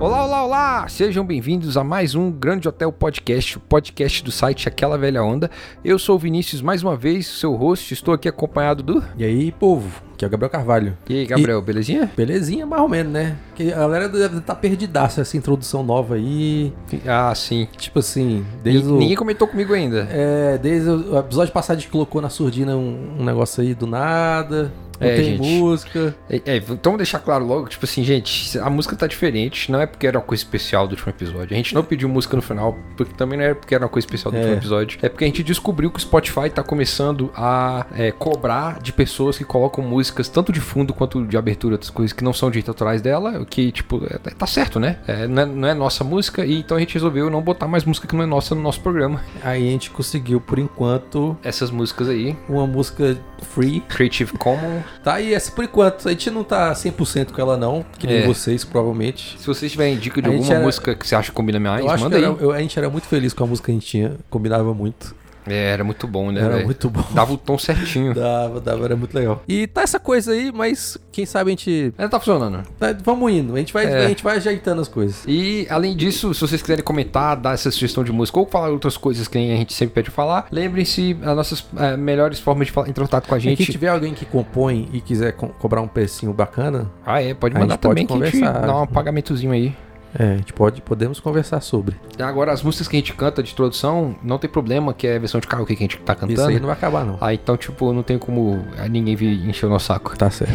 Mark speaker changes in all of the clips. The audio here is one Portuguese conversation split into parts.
Speaker 1: Olá, olá, olá! Sejam bem-vindos a mais um Grande Hotel Podcast, o podcast do site Aquela Velha Onda. Eu sou o Vinícius, mais uma vez, seu host, estou aqui acompanhado do...
Speaker 2: E aí, povo, que é o Gabriel Carvalho.
Speaker 1: E aí, Gabriel, belezinha?
Speaker 2: Belezinha, mais ou menos, né? Porque a galera deve estar perdidaça essa introdução nova aí.
Speaker 1: Ah, sim.
Speaker 2: Tipo assim, desde o.
Speaker 1: Ninguém comentou comigo ainda.
Speaker 2: É, desde o o episódio passado a gente colocou na surdina um, um negócio aí do nada. Não
Speaker 1: É,
Speaker 2: tem
Speaker 1: gente.
Speaker 2: música.
Speaker 1: É, é, então vamos deixar claro logo, tipo assim, gente, a música tá diferente, não é porque era uma coisa especial do último episódio. A gente não pediu música no final, porque também não era porque era uma coisa especial do
Speaker 2: É.
Speaker 1: último episódio. É porque a gente descobriu que o Spotify tá começando a é, cobrar de pessoas que colocam músicas tanto de fundo quanto de abertura, outras coisas que não são direitos autorais dela, o que, tipo, é, tá certo, né? É, não, é, não é nossa música, e então a gente resolveu não botar mais música que não é nossa no nosso programa.
Speaker 2: Aí a gente conseguiu, por enquanto,
Speaker 1: Essas músicas aí,
Speaker 2: uma música free.
Speaker 1: Creative Commons.
Speaker 2: Tá aí, essa por enquanto. A gente não tá 100% com ela, não. Que nem
Speaker 1: É.
Speaker 2: vocês, provavelmente.
Speaker 1: Se vocês tiverem dica de
Speaker 2: A gente
Speaker 1: alguma
Speaker 2: era-
Speaker 1: música que você acha que combina mais,
Speaker 2: eu acho
Speaker 1: manda
Speaker 2: que
Speaker 1: aí.
Speaker 2: era- eu- a gente era muito feliz com a música que a gente tinha. Combinava muito.
Speaker 1: É, era muito bom, né?
Speaker 2: era
Speaker 1: velho?
Speaker 2: muito bom.
Speaker 1: Dava o tom certinho.
Speaker 2: Dava, dava, era muito legal. E tá essa coisa aí, mas quem sabe a gente.
Speaker 1: Ela tá funcionando.
Speaker 2: tá, vamos indo, a gente, vai,
Speaker 1: É.
Speaker 2: a gente vai ajeitando as coisas.
Speaker 1: E além disso, se vocês quiserem comentar, dar essa sugestão de música ou falar outras coisas que a gente sempre pede falar, lembrem-se as nossas eh, melhores formas de falar, entrar em contato com a
Speaker 2: Gente,
Speaker 1: gente.
Speaker 2: se tiver alguém É que compõe e quiser co- cobrar um precinho bacana,
Speaker 1: Ah, é, pode
Speaker 2: A
Speaker 1: mandar
Speaker 2: gente pode
Speaker 1: também que a gente
Speaker 2: conversar.
Speaker 1: dá um pagamentozinho aí.
Speaker 2: é, a gente pode, podemos conversar sobre.
Speaker 1: E Agora, as músicas que a gente canta de introdução, não tem problema, que é a versão de karaokê que a gente tá
Speaker 2: Isso aí
Speaker 1: cantando.
Speaker 2: não vai acabar, não.
Speaker 1: Ah, então, tipo, não tem como ninguém vir encher o nosso saco.
Speaker 2: Tá certo.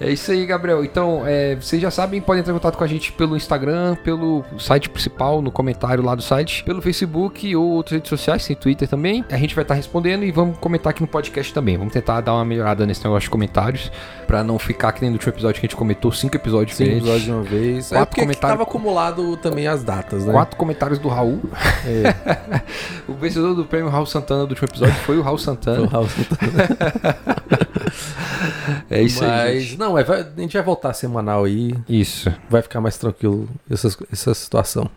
Speaker 1: É isso aí, Gabriel. Então, é, vocês já sabem, podem entrar em contato com a gente pelo Instagram, pelo site principal, no comentário lá do site, pelo Facebook ou outras redes sociais, tem Twitter também. A gente vai estar respondendo e vamos comentar aqui no podcast também. Vamos tentar dar uma melhorada nesse negócio de comentários, pra não ficar que nem no último episódio que a gente comentou, cinco episódios
Speaker 2: Cinco
Speaker 1: diferentes.
Speaker 2: episódios de uma vez.
Speaker 1: Quatro
Speaker 2: é porque que
Speaker 1: comentários-
Speaker 2: tava acumulado também as datas, né?
Speaker 1: Quatro comentários do Raul.
Speaker 2: É,
Speaker 1: O vencedor do prêmio Raul Santana do último episódio foi o Raul
Speaker 2: o
Speaker 1: Santana.
Speaker 2: então, Raul. tá
Speaker 1: É isso aí.
Speaker 2: Mas,
Speaker 1: gente.
Speaker 2: não, é, vai- a gente vai voltar semanal aí.
Speaker 1: Isso.
Speaker 2: Vai ficar mais tranquilo essas, essa situação.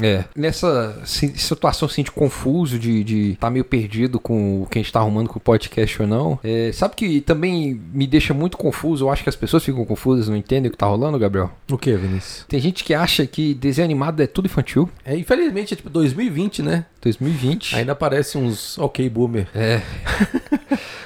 Speaker 1: É. Nessa si- situação assim de confuso, de, de tá meio perdido com o que a gente tá arrumando com o podcast ou não, é, sabe que também me deixa muito confuso, eu acho que as pessoas ficam confusas, não entendem o que tá rolando, Gabriel?
Speaker 2: O que, Vinícius?
Speaker 1: Tem gente que acha que desenho animado é tudo infantil,
Speaker 2: É, infelizmente, é tipo 2020, né?
Speaker 1: 2020.
Speaker 2: Ainda aparece uns ok boomer.
Speaker 1: É.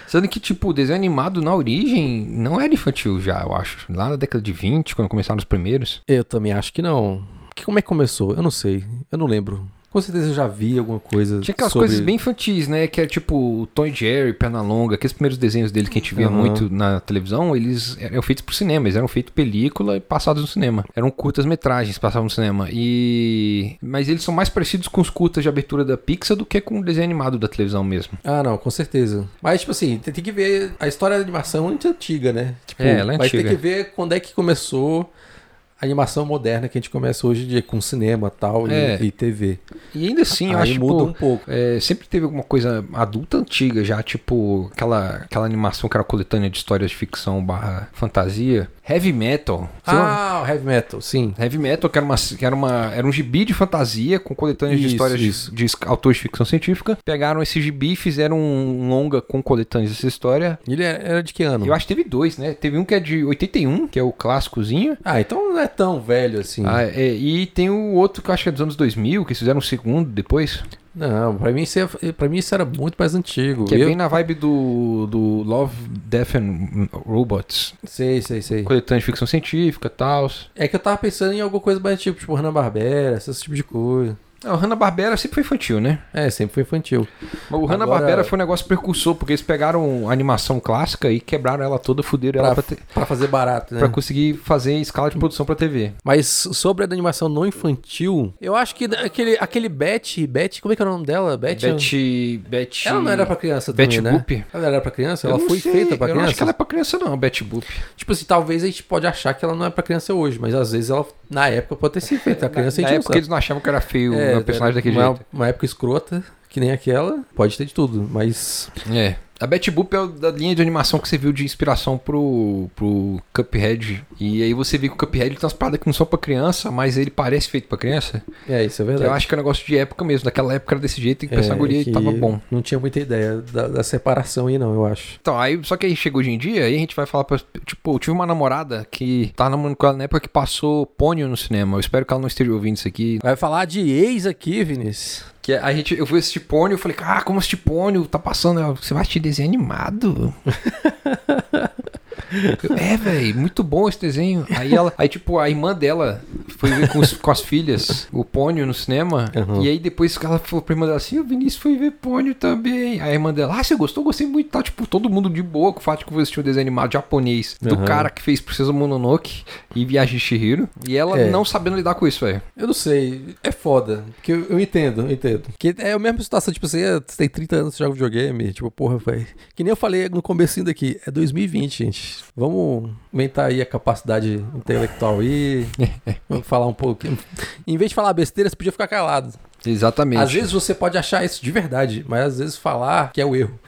Speaker 1: Sendo que, tipo, o desenho animado na origem não era infantil já, eu acho. Lá na década de 20, quando começaram os primeiros.
Speaker 2: Eu também acho que não. Que- como é que começou? Eu não sei. Eu não lembro. Com certeza eu já vi alguma coisa.
Speaker 1: Tinha aquelas
Speaker 2: sobre-
Speaker 1: coisas bem infantis, né? Que era tipo o Tom e Jerry, Pernalonga, aqueles primeiros desenhos dele que a gente via
Speaker 2: Aham.
Speaker 1: muito na televisão, eles eram feitos pro cinema, eles eram feitos película e passados no cinema. Eram curtas-metragens, passavam no cinema. E. Mas eles são mais parecidos com os curtas de abertura da Pixar do que com o desenho animado da televisão mesmo.
Speaker 2: Ah, não, com certeza. Mas, tipo assim, tem tem que ver. A história da animação é muito antiga, né? Tipo,
Speaker 1: É, ela é
Speaker 2: mas
Speaker 1: antiga.
Speaker 2: tem que ver quando é que começou a animação moderna que a gente começa hoje em dia, com cinema tal, e-
Speaker 1: É.
Speaker 2: e, TV.
Speaker 1: E ainda assim, eu
Speaker 2: Aí
Speaker 1: acho
Speaker 2: muda
Speaker 1: tipo,
Speaker 2: um pouco.
Speaker 1: É, sempre teve alguma coisa adulta antiga já, tipo aquela, aquela animação que era coletânea de histórias de ficção barra fantasia. Heavy Metal. Sei lá,
Speaker 2: Ah, o heavy metal, sim.
Speaker 1: Heavy Metal, que era, uma, que era, uma, era um gibi de fantasia com coletâneas de
Speaker 2: Isso,
Speaker 1: histórias de-
Speaker 2: isso.
Speaker 1: de, autores de ficção científica. Pegaram esse gibi e fizeram um longa com coletâneas dessa história.
Speaker 2: Ele é- era de que ano?
Speaker 1: Eu acho que teve dois, né? Teve um que é de 81, que é o clássicozinho.
Speaker 2: Ah, então não é tão velho assim.
Speaker 1: Ah, é, e tem o outro que eu acho que é dos anos 2000, que eles fizeram um segundo depois.
Speaker 2: Não, pra mim, isso é- pra mim isso era muito mais antigo.
Speaker 1: Que é
Speaker 2: Eu-
Speaker 1: bem na vibe do, do Love, Death and Robots.
Speaker 2: Sei, sei, sei.
Speaker 1: Coletânea de ficção científica e tal.
Speaker 2: É que eu tava pensando em alguma coisa mais tipo, tipo Hanna-Barbera, esse tipo de coisa.
Speaker 1: O Hanna-Barbera sempre foi infantil, né?
Speaker 2: É, sempre foi infantil.
Speaker 1: Mas O Hanna-Barbera foi um negócio precursor, porque eles pegaram a animação clássica e quebraram ela toda, fuderam ela pra, te-
Speaker 2: Pra fazer barato, né?
Speaker 1: pra conseguir fazer escala de produção pra TV.
Speaker 2: Mas sobre a animação não infantil, eu acho que aquele, aquele Betty, Betty, como é que é o nome dela? Betty?
Speaker 1: Betty... Betty...
Speaker 2: Ela não era pra criança
Speaker 1: Betty
Speaker 2: também, né?
Speaker 1: Boop?
Speaker 2: Ela era pra criança?
Speaker 1: Eu
Speaker 2: Ela
Speaker 1: não
Speaker 2: foi
Speaker 1: sei,
Speaker 2: feita pra
Speaker 1: eu
Speaker 2: criança?
Speaker 1: não acho que ela é pra criança não, a Betty Boop.
Speaker 2: Tipo assim, talvez a gente pode achar que ela não é pra criança hoje, mas às vezes ela, na época, pode ter sido feita. A criança
Speaker 1: Na
Speaker 2: a gente não
Speaker 1: época
Speaker 2: sabe. É,
Speaker 1: eles não achavam que era feio o personagem daquele
Speaker 2: uma,
Speaker 1: jeito.
Speaker 2: uma época escrota, que nem aquela, pode ter de tudo, mas
Speaker 1: É. A Betty Boop é o da linha de animação que você viu de inspiração pro, pro Cuphead. E aí você vê que o Cuphead tem umas paradas que não são pra criança, mas ele parece feito pra criança.
Speaker 2: É, isso é
Speaker 1: Que
Speaker 2: verdade.
Speaker 1: eu acho que é um negócio de época mesmo. Naquela época era desse jeito, e que essa
Speaker 2: É,
Speaker 1: guria e
Speaker 2: que
Speaker 1: tava bom.
Speaker 2: Não tinha muita ideia da, da separação aí, não, eu acho.
Speaker 1: Então, aí, só que aí chega hoje em dia, aí a gente vai falar pra. Tipo, eu tive uma namorada que tava namorando com ela na época que passou Pônio no cinema. Eu espero que ela não esteja ouvindo isso aqui.
Speaker 2: Vai falar de ex aqui, Vinícius.
Speaker 1: Que a gente, eu fui assistir Pônio, eu falei, ah, como assistir Pônio? Tá passando. Ela, Você vai assistir desenho animado? Eu, é, velho, muito bom esse desenho. Aí ela, aí tipo, a irmã dela foi ver com, os- com as filhas o Pônio no cinema.
Speaker 2: Uhum.
Speaker 1: E aí depois que ela falou pra irmã dela assim, o Vinícius foi ver Pônio também. Aí a irmã dela, ah, você gostou? Gostei muito. Tá, tipo, todo mundo de boa com o fato de que eu vou assistir um desenho animado japonês do
Speaker 2: Uhum.
Speaker 1: cara que fez Princesa Mononoke e Viagem de Chihiro. E ela
Speaker 2: É.
Speaker 1: não sabendo lidar com isso, velho.
Speaker 2: Eu não sei, é foda. Porque eu, eu entendo, eu entendo. Que é a mesma situação, tipo, você, é- você tem 30 anos, você joga videogame, tipo, porra, velho. Que nem eu falei no comecinho daqui, é 2020, gente. Vamos aumentar aí a capacidade intelectual aí. Vamos falar um pouco. Em vez de falar besteira, você podia ficar calado.
Speaker 1: Exatamente.
Speaker 2: Às vezes você pode achar isso de verdade, mas às vezes falar que é o erro.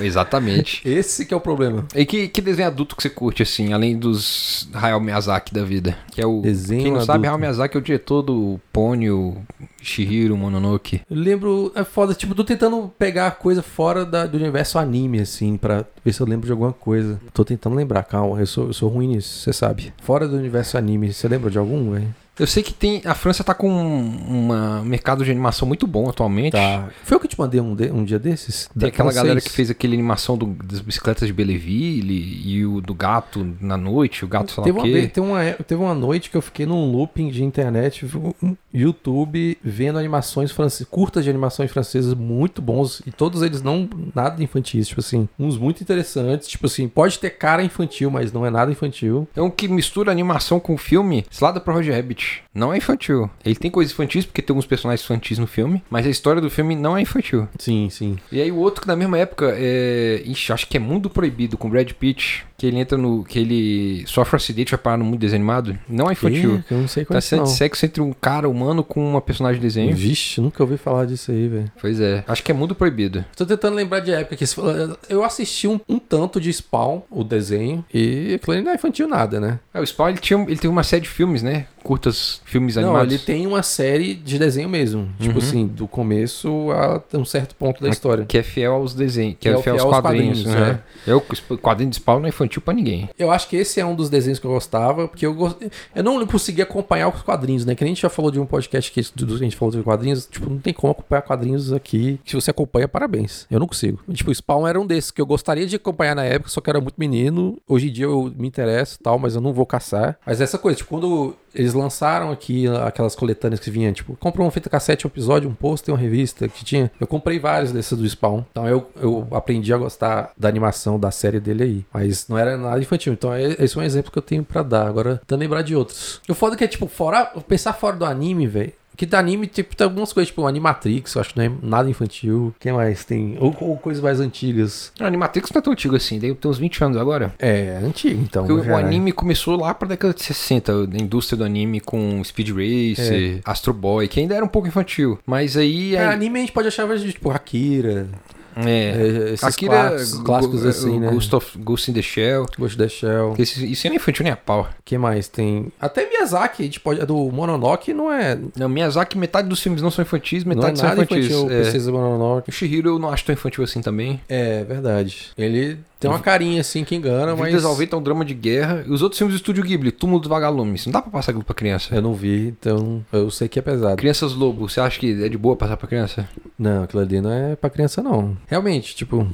Speaker 1: É, exatamente.
Speaker 2: Esse que é o problema.
Speaker 1: E que, que desenho adulto que você curte, assim, além dos Hayao Miyazaki da vida? Que é o.
Speaker 2: Desenho
Speaker 1: quem não
Speaker 2: adulto.
Speaker 1: sabe, Hayao Miyazaki é o diretor do Ponyo, Shihiro, Mononoke.
Speaker 2: Eu lembro, é foda, tipo, tô tentando pegar coisa fora da- do universo anime, assim, pra ver se eu lembro de alguma coisa. Tô tentando lembrar, calma, eu sou, eu sou ruim nisso, você sabe. Fora do universo anime, você lembra de algum, velho?
Speaker 1: Eu sei que tem. A França tá com um uma- um mercado de animação muito bom atualmente.
Speaker 2: Foi eu que te mandei um, de- um dia desses?
Speaker 1: Tá. Tem
Speaker 2: Da
Speaker 1: aquela
Speaker 2: francês.
Speaker 1: galera que fez aquela animação do- das bicicletas de Belleville e o do gato na noite, o gato sei lá
Speaker 2: Teve
Speaker 1: o
Speaker 2: uma, vez-
Speaker 1: quê.
Speaker 2: teve, uma, é- teve uma noite que eu fiquei num looping de internet, viu, um YouTube, vendo animações francesas, curtas de animações francesas muito bons, e todos eles não nada infantis, tipo assim, uns muito interessantes, tipo assim, pode ter cara infantil, mas não é nada infantil.
Speaker 1: É um que mistura animação com filme, sei lá, da Pro Roger Rabbit. Não é infantil. Ele tem coisas infantis, porque tem alguns personagens infantis no filme, mas a história do filme não é infantil.
Speaker 2: Sim, sim.
Speaker 1: E aí o outro que na mesma época é. Ixi, acho que é Mundo Proibido com Brad Pitt. Que ele entra no. que ele sofre um acidente e vai parar no mundo desanimado. Não é infantil.
Speaker 2: Ih, eu não sei qual
Speaker 1: Tá
Speaker 2: é
Speaker 1: sendo de
Speaker 2: não.
Speaker 1: sexo entre um cara humano com uma personagem de desenho.
Speaker 2: Vixe, nunca ouvi falar disso aí, velho.
Speaker 1: Pois é. Acho que é Mundo Proibido.
Speaker 2: Tô tentando lembrar de época que se fala- eu assisti um, um tanto de Spawn, o desenho, e aquilo ali não é infantil nada, né?
Speaker 1: É, o Spawn ele, tinha, ele teve uma série de filmes, né? Curtas filmes
Speaker 2: Não,
Speaker 1: animados.
Speaker 2: ele tem uma série de desenho mesmo. Tipo assim, do começo a um certo ponto da história.
Speaker 1: Que é fiel aos desenhos. Que, é, fiel, aos quadrinhos.
Speaker 2: quadrinhos,
Speaker 1: né? É. o o quadrinho de Spawn não é infantil pra ninguém.
Speaker 2: Eu acho que esse é um dos desenhos que eu gostava, porque eu gost... eu não conseguia acompanhar os quadrinhos, né? Que nem a gente já falou de um podcast que do do que a gente falou de quadrinhos, tipo, não tem como acompanhar quadrinhos aqui. Se você acompanha, parabéns. Eu não consigo. Tipo, o Spawn era um desses que eu gostaria de acompanhar na época, só que eu era muito menino. Hoje em dia eu me interesso e tal, mas eu não vou caçar. Mas essa coisa, tipo, quando eles lançaram aqui aquelas coletâneas que vinha, tipo, comprou uma fita cassete, um episódio, um pôster, uma revista que tinha. Eu comprei vários desses do Spawn. Então eu, eu aprendi a gostar da animação da série dele aí. Mas não era nada infantil. Então é- esse é um exemplo que eu tenho pra dar. Agora, tentando lembrar de outros. O foda é que é, tipo, fora. Pensar fora do anime, velho. Que do anime, tipo, tem algumas coisas, tipo, Animatrix, eu acho que não é nada infantil. Quem mais tem? Ou, ou coisas mais antigas.
Speaker 1: A Animatrix não é tão antigo assim, deve ter uns 20 anos agora.
Speaker 2: É, antigo, então.
Speaker 1: Porque o
Speaker 2: caralho.
Speaker 1: anime começou lá pra década de 60, a indústria do anime com Speed Racer, Astro Boy, que ainda era um pouco infantil. Mas aí.
Speaker 2: É,
Speaker 1: aí-
Speaker 2: anime a gente pode achar, de, tipo, Akira.
Speaker 1: é.
Speaker 2: é, esses
Speaker 1: Akira,
Speaker 2: clássicos, clássicos
Speaker 1: Go-
Speaker 2: assim, né?
Speaker 1: Ghost, of, Ghost in the Shell.
Speaker 2: Ghost da Shell.
Speaker 1: Esse- isso não é infantil nem a pau.
Speaker 2: que mais tem? Até Miyazaki, tipo, é do Mononoke não é, não
Speaker 1: Não, Miyazaki, metade dos filmes não são infantis,
Speaker 2: é
Speaker 1: metade são
Speaker 2: nada
Speaker 1: infantis.
Speaker 2: infantil,
Speaker 1: é.
Speaker 2: Princesa Mononoke.
Speaker 1: O Shihiro eu não acho tão infantil assim também.
Speaker 2: É, verdade. Ele tem uma carinha assim que engana,
Speaker 1: Vidas
Speaker 2: mas
Speaker 1: ao Vento é um drama de guerra. E os outros filmes do Estúdio Ghibli, Túmulo dos Vagalumes. Não dá pra passar aquilo pra criança.
Speaker 2: eu não vi, então eu sei que é pesado.
Speaker 1: Crianças Lobo, você acha que é de boa passar pra criança?
Speaker 2: Não, aquilo ali não é pra criança não. Realmente, tipo,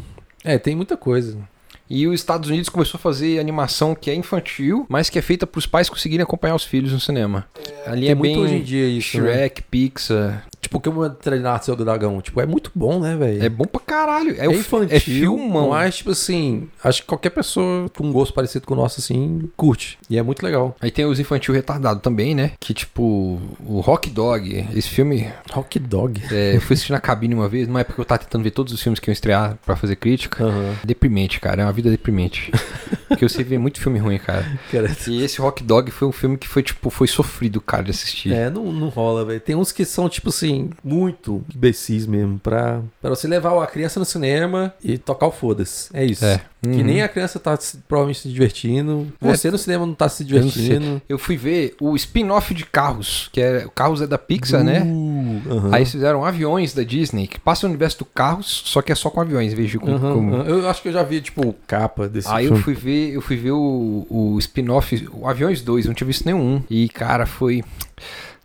Speaker 2: é, tem muita coisa.
Speaker 1: E os Estados Unidos começou a fazer animação que é infantil, mas que é feita pros pais conseguirem acompanhar os filhos no cinema. Ali
Speaker 2: Tem
Speaker 1: é
Speaker 2: muito
Speaker 1: bem
Speaker 2: hoje em dia isso, né?
Speaker 1: Shrek, Pixar.
Speaker 2: Tipo, que eu treinar seu dragão, tipo, é muito bom, né, velho?
Speaker 1: É bom pra caralho. É,
Speaker 2: É
Speaker 1: o-
Speaker 2: infantil,
Speaker 1: É filmão.
Speaker 2: mas tipo assim, acho que qualquer pessoa com um gosto parecido com o nosso assim, curte. E é muito legal.
Speaker 1: Aí tem os infantil retardado também, né? Que tipo, o Rock Dog, esse filme,
Speaker 2: Rock Dog.
Speaker 1: é, eu fui assistir na cabine uma vez, numa época que eu tava tentando ver todos os filmes que iam estrear pra fazer crítica.
Speaker 2: Aham.
Speaker 1: Deprimente, cara. É uma vida deprimente. Porque você vê muito filme ruim, cara.
Speaker 2: Cara,
Speaker 1: E esse Rock Dog foi um filme que foi, tipo, foi sofrido, cara, de assistir.
Speaker 2: É, não, não rola, velho. Tem uns que são, tipo assim, muito imbecis mesmo. Pra, pra você levar a criança no cinema e tocar o foda-se. É isso.
Speaker 1: É.
Speaker 2: Que
Speaker 1: Uhum.
Speaker 2: nem a criança tá se- provavelmente se divertindo.
Speaker 1: É.
Speaker 2: Você no cinema não tá se
Speaker 1: Eu não sei.
Speaker 2: divertindo.
Speaker 1: Eu fui ver o spin-off de Carros, que é. Carros é da Pixar, né?
Speaker 2: Uh, aham.
Speaker 1: Aí eles fizeram aviões da Disney, que passa o universo do Carros, só que é só com aviões, em vez de com.
Speaker 2: Aham,
Speaker 1: com-
Speaker 2: aham. Eu acho que eu já vi, tipo, capa desse
Speaker 1: Aí eu
Speaker 2: filme.
Speaker 1: fui ver, eu fui ver o, o spin-off, o Aviões 2, eu não tinha visto nenhum. E, cara, foi.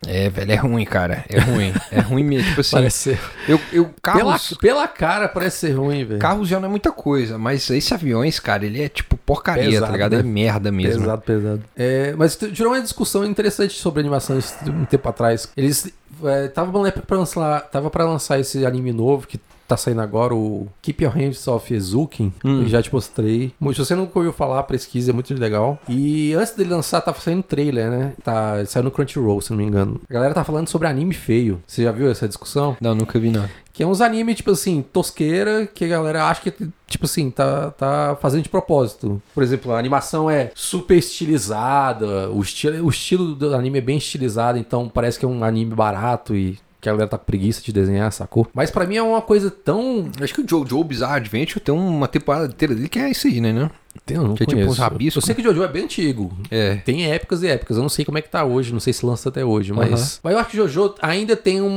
Speaker 1: É, velho, é ruim, cara. É ruim. é ruim mesmo. Tipo assim,
Speaker 2: Parece ser.
Speaker 1: eu, eu
Speaker 2: Pela,
Speaker 1: carros,
Speaker 2: pela cara parece ser ruim, velho.
Speaker 1: carros já não é muita coisa, mas esse aviões, cara, ele é tipo porcaria,
Speaker 2: Pesado,
Speaker 1: tá ligado?
Speaker 2: né?
Speaker 1: É merda mesmo.
Speaker 2: Pesado, pesado. É, mas t- tirou uma discussão interessante sobre animação esse- um tempo atrás. Eles é, estavam pra lançar, tava para lançar esse anime novo que tá saindo agora, o Keep Your Hands Off Ezukin. Eu já te mostrei. Mo- Se você nunca ouviu falar, pesquisa, é muito legal. E antes dele lançar, tava saindo trailer, né? Tá, ele saiu no Crunchyroll, se não me engano. A galera tá falando sobre anime feio. Você já viu essa discussão?
Speaker 1: Não, nunca vi, não.
Speaker 2: Que é uns anime, tipo assim, tosqueira, que a galera acha que, tipo assim, tá, tá fazendo de propósito. Por exemplo, a animação é super estilizada, o, esti- o estilo do anime é bem estilizado, então parece que é um anime barato e que a galera tá com preguiça de desenhar, sacou? Mas pra mim é uma coisa tão...
Speaker 1: Acho que o Joe, Joe Bizarre Adventure tem uma temporada inteira dele que é isso aí, né? né?
Speaker 2: Eu não
Speaker 1: Que é tipo uns
Speaker 2: Eu
Speaker 1: rabiscos.
Speaker 2: sei que o Jojo é bem antigo,
Speaker 1: É.
Speaker 2: Tem épocas e épocas. Eu não sei como é que tá hoje, não sei se lança até hoje, mas.
Speaker 1: Aham.
Speaker 2: Mas eu acho que Jojo ainda tem um-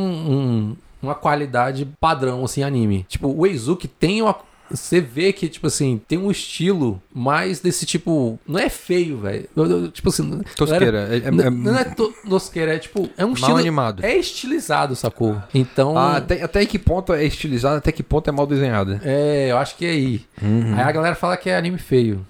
Speaker 2: um- uma qualidade padrão, assim, anime. Tipo, o Eizuki tem uma. Você vê que, tipo assim, tem um estilo mais desse tipo. Não é feio, velho. Eu- eu- Tipo assim. galera-
Speaker 1: Tosqueira. É, é-
Speaker 2: N-
Speaker 1: é
Speaker 2: não é to- tosqueira, é tipo. É um
Speaker 1: mal
Speaker 2: estilo.
Speaker 1: animado.
Speaker 2: É estilizado, sacou? Então.
Speaker 1: Ah, até, até que ponto é estilizado, até que ponto é mal desenhado.
Speaker 2: É, eu acho que é aí.
Speaker 1: Uhum.
Speaker 2: Aí a galera fala que é anime feio.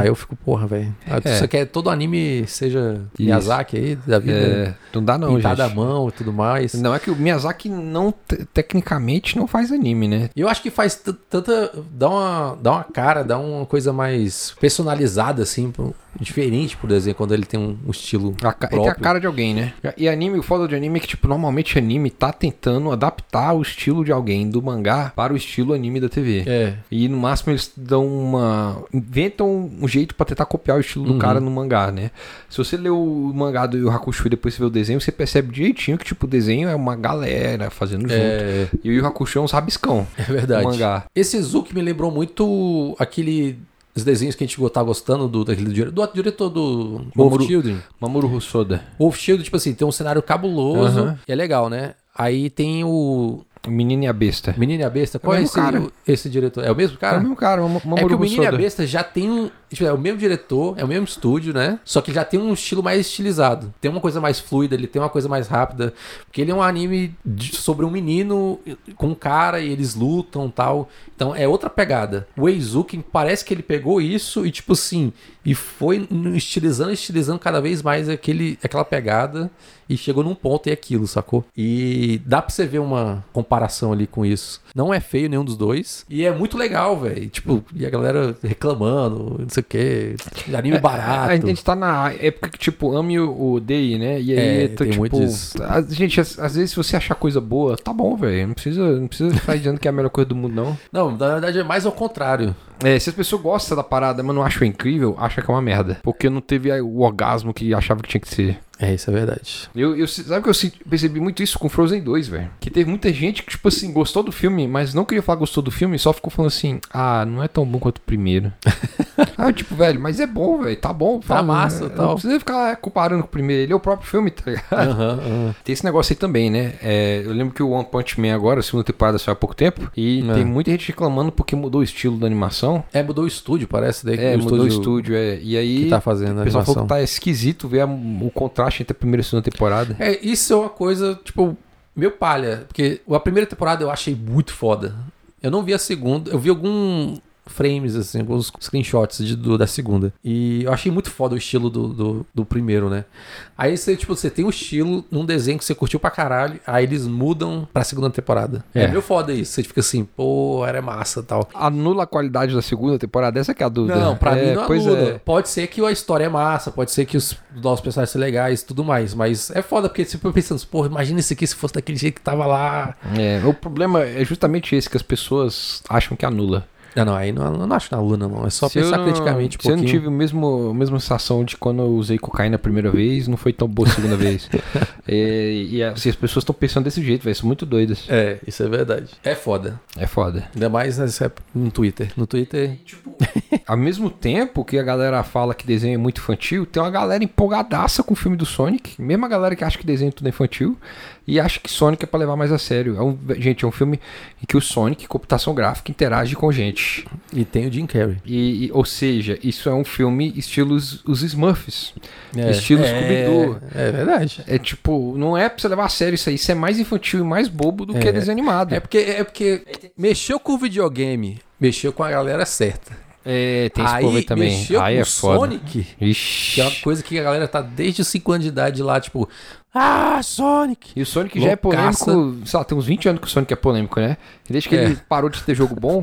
Speaker 2: Aí eu fico, porra, velho. Ah,
Speaker 1: É.
Speaker 2: Você quer todo anime seja
Speaker 1: Isso.
Speaker 2: Miyazaki aí, da vida?
Speaker 1: É, não dá não,
Speaker 2: pintada à
Speaker 1: gente.
Speaker 2: mão e tá tudo mais.
Speaker 1: Não é que o Miyazaki não, te- tecnicamente, não faz anime, né?
Speaker 2: Eu acho que faz t- tanta. dá uma, dá uma cara, dá uma coisa mais personalizada, assim, pro- diferente pro desenho, quando ele tem um, um estilo.
Speaker 1: A ca- Ele tem a
Speaker 2: próprio.
Speaker 1: cara de alguém, né? E anime, o foda de anime é que, tipo, normalmente anime tá tentando adaptar o estilo de alguém do mangá para o estilo anime da TV.
Speaker 2: É.
Speaker 1: E no máximo eles dão uma. inventam um jeito pra tentar copiar o
Speaker 2: Uhum.
Speaker 1: estilo do cara no mangá, né? Se você lê o mangá do Yu Hakusho e depois você vê o desenho, você percebe direitinho que, tipo, o desenho é uma galera fazendo junto.
Speaker 2: É,
Speaker 1: E o Yu Hakusho é um rabiscão
Speaker 2: é
Speaker 1: do
Speaker 2: verdade.
Speaker 1: mangá.
Speaker 2: Esse Zuki me lembrou muito aquele. Os desenhos que a gente tá gostando do, daquele, dire- do diretor do Wolf
Speaker 1: Mamoru-
Speaker 2: Children.
Speaker 1: Mamoru Hosoda.
Speaker 2: Wolf Children, tipo assim, tem um cenário cabuloso.
Speaker 1: É. Aham.
Speaker 2: E é legal, né? Aí tem o.
Speaker 1: O menino e a besta.
Speaker 2: Menina e a Besta. Qual é,
Speaker 1: mesmo
Speaker 2: esse,
Speaker 1: cara.
Speaker 2: esse diretor? É o mesmo cara?
Speaker 1: é o mesmo cara, o Mam-
Speaker 2: É que
Speaker 1: Mamoru
Speaker 2: o Menino e a
Speaker 1: Hosoda.
Speaker 2: Besta já tem um. tipo, é o mesmo diretor, é o mesmo estúdio, né? Só que já tem um estilo mais estilizado. Tem uma coisa mais fluida, ele tem uma coisa mais rápida. Porque ele é um anime de- sobre um menino com um cara e eles lutam e tal. Então é outra pegada. O Eizuki parece que ele pegou isso e, tipo assim, e foi no- estilizando, estilizando cada vez mais aquele, aquela pegada. E chegou num ponto e é aquilo, sacou? E dá pra você ver uma comparação ali com isso. Não é feio nenhum dos dois. E é muito legal, velho. Tipo, e a galera reclamando, não sei o quê. Anime barato.
Speaker 1: É, A gente tá na época que, tipo, ame o odeie, né? E aí,
Speaker 2: É,
Speaker 1: tá,
Speaker 2: tem
Speaker 1: tipo.
Speaker 2: muito disso.
Speaker 1: a- gente, às, às vezes, se você achar coisa boa, tá bom, velho. Não precisa, não precisa ficar dizendo que é a melhor coisa do mundo, não.
Speaker 2: Não, na verdade é mais ao contrário.
Speaker 1: É, se as pessoas gostam da parada, mas não acham incrível, acha que é uma merda. Porque não teve aí o orgasmo que achava que tinha que ser.
Speaker 2: É, isso é verdade.
Speaker 1: Eu, eu- sabe que eu senti- percebi muito isso com Frozen 2, velho? Que teve muita gente que, tipo assim, gostou do filme, mas não queria falar que gostou do filme, só ficou falando assim, ah, não é tão bom quanto o primeiro. ah, eu, tipo, velho, mas é bom, velho, tá bom. fala,
Speaker 2: massa,
Speaker 1: né?
Speaker 2: tal.
Speaker 1: Não precisa ficar comparando com o primeiro, ele é o próprio filme, tá ligado?
Speaker 2: Aham, aham.
Speaker 1: Tem esse negócio aí também, né? É, eu lembro que o One Punch Man agora, a segunda temporada saiu há pouco tempo, e
Speaker 2: É.
Speaker 1: tem muita gente reclamando porque mudou o estilo da animação.
Speaker 2: É, mudou o estúdio, parece. Daí,
Speaker 1: É, mudou o estúdio, é. E aí,
Speaker 2: que tá fazendo a
Speaker 1: o pessoal falou
Speaker 2: animação.
Speaker 1: que tá esquisito ver a- o contraste entre a primeira e a segunda temporada.
Speaker 2: É, isso é uma coisa, tipo, meio palha. Porque a primeira temporada eu achei muito foda. Eu não vi a segunda, eu vi algum frames, assim, alguns screenshots de- do- da segunda. E eu achei muito foda o estilo do, do, do primeiro, né? Aí você, tipo, você tem um estilo num desenho que você curtiu pra caralho, aí eles mudam pra segunda temporada. É,
Speaker 1: É.
Speaker 2: meio foda isso. Você fica assim, pô, era massa tal.
Speaker 1: Anula a qualidade da segunda temporada, essa que é a dúvida.
Speaker 2: Não, pra
Speaker 1: É,
Speaker 2: mim não
Speaker 1: pois
Speaker 2: anula.
Speaker 1: é.
Speaker 2: Pode ser que a história é massa, pode ser que os nossos personagens são legais e tudo mais, mas é foda, porque sempre eu pensando, porra, imagina isso aqui se fosse daquele jeito que tava lá.
Speaker 1: É, o problema é justamente esse, que as pessoas acham que anula.
Speaker 2: Não, não, aí não, não acho na Luna, não. É só
Speaker 1: Se eu
Speaker 2: pensar
Speaker 1: não-
Speaker 2: criticamente um
Speaker 1: Se eu não
Speaker 2: pouquinho.
Speaker 1: tive o mesmo, a mesma sensação de quando eu usei cocaína a primeira vez, não foi tão boa a segunda vez. É, e assim, as pessoas estão pensando desse jeito, velho. São muito doidas.
Speaker 2: É, isso é verdade. É foda.
Speaker 1: É foda.
Speaker 2: Ainda mais nessa época, no Twitter. No Twitter.
Speaker 1: Ao mesmo tempo que a galera fala que desenho é muito infantil, tem uma galera empolgadaça com o filme do Sonic. Mesma galera que acha que desenho tudo é infantil e acha que Sonic é pra levar mais a sério. É um, gente, é um filme em que o Sonic, computação gráfica, interage com gente.
Speaker 2: E tem o Jim Carrey.
Speaker 1: E, e- ou seja, isso é um filme estilo os, os Smurfs. Estilo Scooby-Doo.
Speaker 2: É verdade.
Speaker 1: É tipo, não é pra você levar a sério isso aí. Isso é mais infantil e mais bobo do que
Speaker 2: É.
Speaker 1: desenho animado.
Speaker 2: É porque, é porque mexeu com o videogame, mexeu com a galera certa.
Speaker 1: É, tem esse
Speaker 2: aí
Speaker 1: povo aí também.
Speaker 2: mexeu
Speaker 1: Aí
Speaker 2: com
Speaker 1: é
Speaker 2: o
Speaker 1: foda.
Speaker 2: Sonic, que
Speaker 1: Ixi.
Speaker 2: é uma coisa que a galera tá desde 5 anos de idade lá, tipo, ah, Sonic.
Speaker 1: E o Sonic já é
Speaker 2: Loucaça.
Speaker 1: polêmico, sei lá, tem uns 20 anos que o Sonic é polêmico, né? E desde que
Speaker 2: É.
Speaker 1: ele parou de ter jogo bom,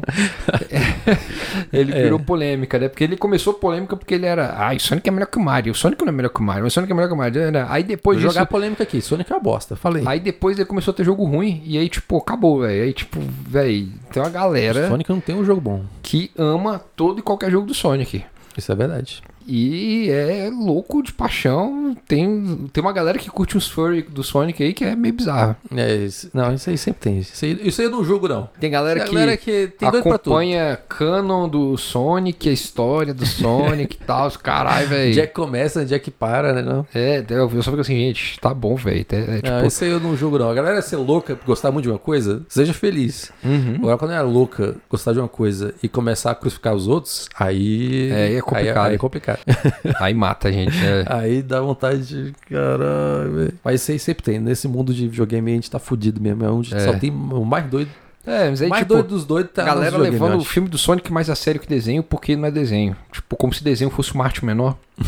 Speaker 1: ele
Speaker 2: É.
Speaker 1: virou polêmica, né? Porque ele começou polêmica porque ele era, ai, o Sonic é melhor que o Mario, o Sonic não é melhor que o Mario, o Sonic é melhor que o Mario. Era- Aí depois
Speaker 2: Vou
Speaker 1: disso,
Speaker 2: jogar polêmica aqui, Sonic é uma bosta, falei.
Speaker 1: aí depois ele começou a ter jogo ruim, e aí, tipo, acabou, velho. Aí, tipo, velho, tem uma galera
Speaker 2: Sonic não tem um jogo bom.
Speaker 1: que ama todo e qualquer jogo do Sonic.
Speaker 2: Isso é verdade.
Speaker 1: E é louco de paixão. Tem, tem uma galera que curte os furry do Sonic aí que é meio bizarro.
Speaker 2: É, isso- não, isso aí sempre tem. Isso aí, isso aí eu não jogo, não.
Speaker 1: Tem galera que.
Speaker 2: galera que tem dois pra tudo.
Speaker 1: acompanha canon do Sonic, a história do Sonic e tal, os caralho, velho.
Speaker 2: Onde é que começa, onde é que para, né? Não?
Speaker 1: É, eu eu só fico assim, gente, tá bom, velho. É, é, tipo,
Speaker 2: Não, isso aí eu não julgo, não. A galera ser louca, gostar muito de uma coisa, seja feliz.
Speaker 1: Uhum.
Speaker 2: Agora, quando é louca, gostar de uma coisa e começar a crucificar os outros, aí.
Speaker 1: É, aí é complicado.
Speaker 2: Aí, aí é complicado.
Speaker 1: aí mata a gente. né?
Speaker 2: aí dá vontade de. Caralho, velho. Mas isso aí sempre tem. Nesse mundo de videogame a gente tá fudido mesmo. É onde
Speaker 1: É.
Speaker 2: só tem o mais doido.
Speaker 1: É, mas aí,
Speaker 2: O mais
Speaker 1: tipo,
Speaker 2: doido dos doidos tá
Speaker 1: a
Speaker 2: no
Speaker 1: galera
Speaker 2: videogame,
Speaker 1: levando
Speaker 2: eu
Speaker 1: o
Speaker 2: acho.
Speaker 1: filme do Sonic mais a sério que desenho porque não é desenho. Tipo, como se desenho fosse uma arte menor.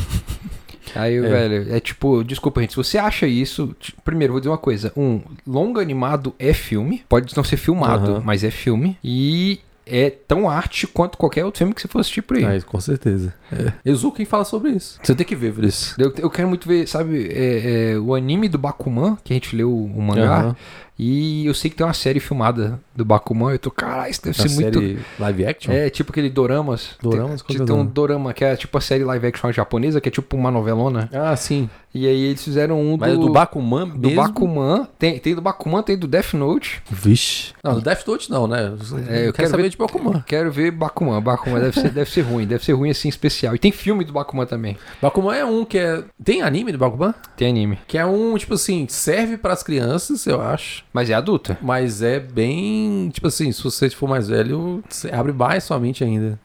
Speaker 1: Aí, velho, é tipo, desculpa, gente, se você acha isso, t- primeiro, vou dizer uma coisa. Um, longa animado é filme, pode não ser filmado,
Speaker 2: Aham.
Speaker 1: mas é filme. E é tão arte quanto qualquer outro filme que você for assistir por aí.
Speaker 2: Ah, isso, com certeza. É. Ezuken fala sobre isso. Você tem que ver por isso.
Speaker 1: Eu, eu quero muito ver, sabe, é, é, o anime do Bakuman, que a gente leu o mangá,
Speaker 2: Aham.
Speaker 1: e eu sei que tem uma série filmada do Bakuman, eu tô, caralho, isso deve
Speaker 2: Na
Speaker 1: ser muito...
Speaker 2: série live action?
Speaker 1: É, tipo aquele Doramas.
Speaker 2: Doramas?
Speaker 1: Tem,
Speaker 2: Qual que é
Speaker 1: tem
Speaker 2: o
Speaker 1: um
Speaker 2: nome?
Speaker 1: Dorama, que é tipo a série live action japonesa, que é tipo uma novelona.
Speaker 2: Ah, sim.
Speaker 1: E aí eles fizeram um
Speaker 2: Mas é
Speaker 1: do...
Speaker 2: do, do Bakuman
Speaker 1: do
Speaker 2: mesmo?
Speaker 1: Bakuman. Tem, tem do Bakuman, tem do Death Note.
Speaker 2: Vixe. Não, do Death Note não, né?
Speaker 1: É, eu
Speaker 2: eu quero,
Speaker 1: quero
Speaker 2: saber de Bakuman.
Speaker 1: Quero ver Bakuman. Bakuman deve ser, deve ser ruim. Deve ser ruim, assim, especial. E tem filme do Bakuman também.
Speaker 2: Bakuman é um que é... Tem anime do Bakuman?
Speaker 1: Tem anime.
Speaker 2: Que é um, tipo assim, serve pras crianças, eu acho.
Speaker 1: Mas é adulta.
Speaker 2: Mas é bem... Tipo assim, se você for mais velho, você abre mais sua mente ainda.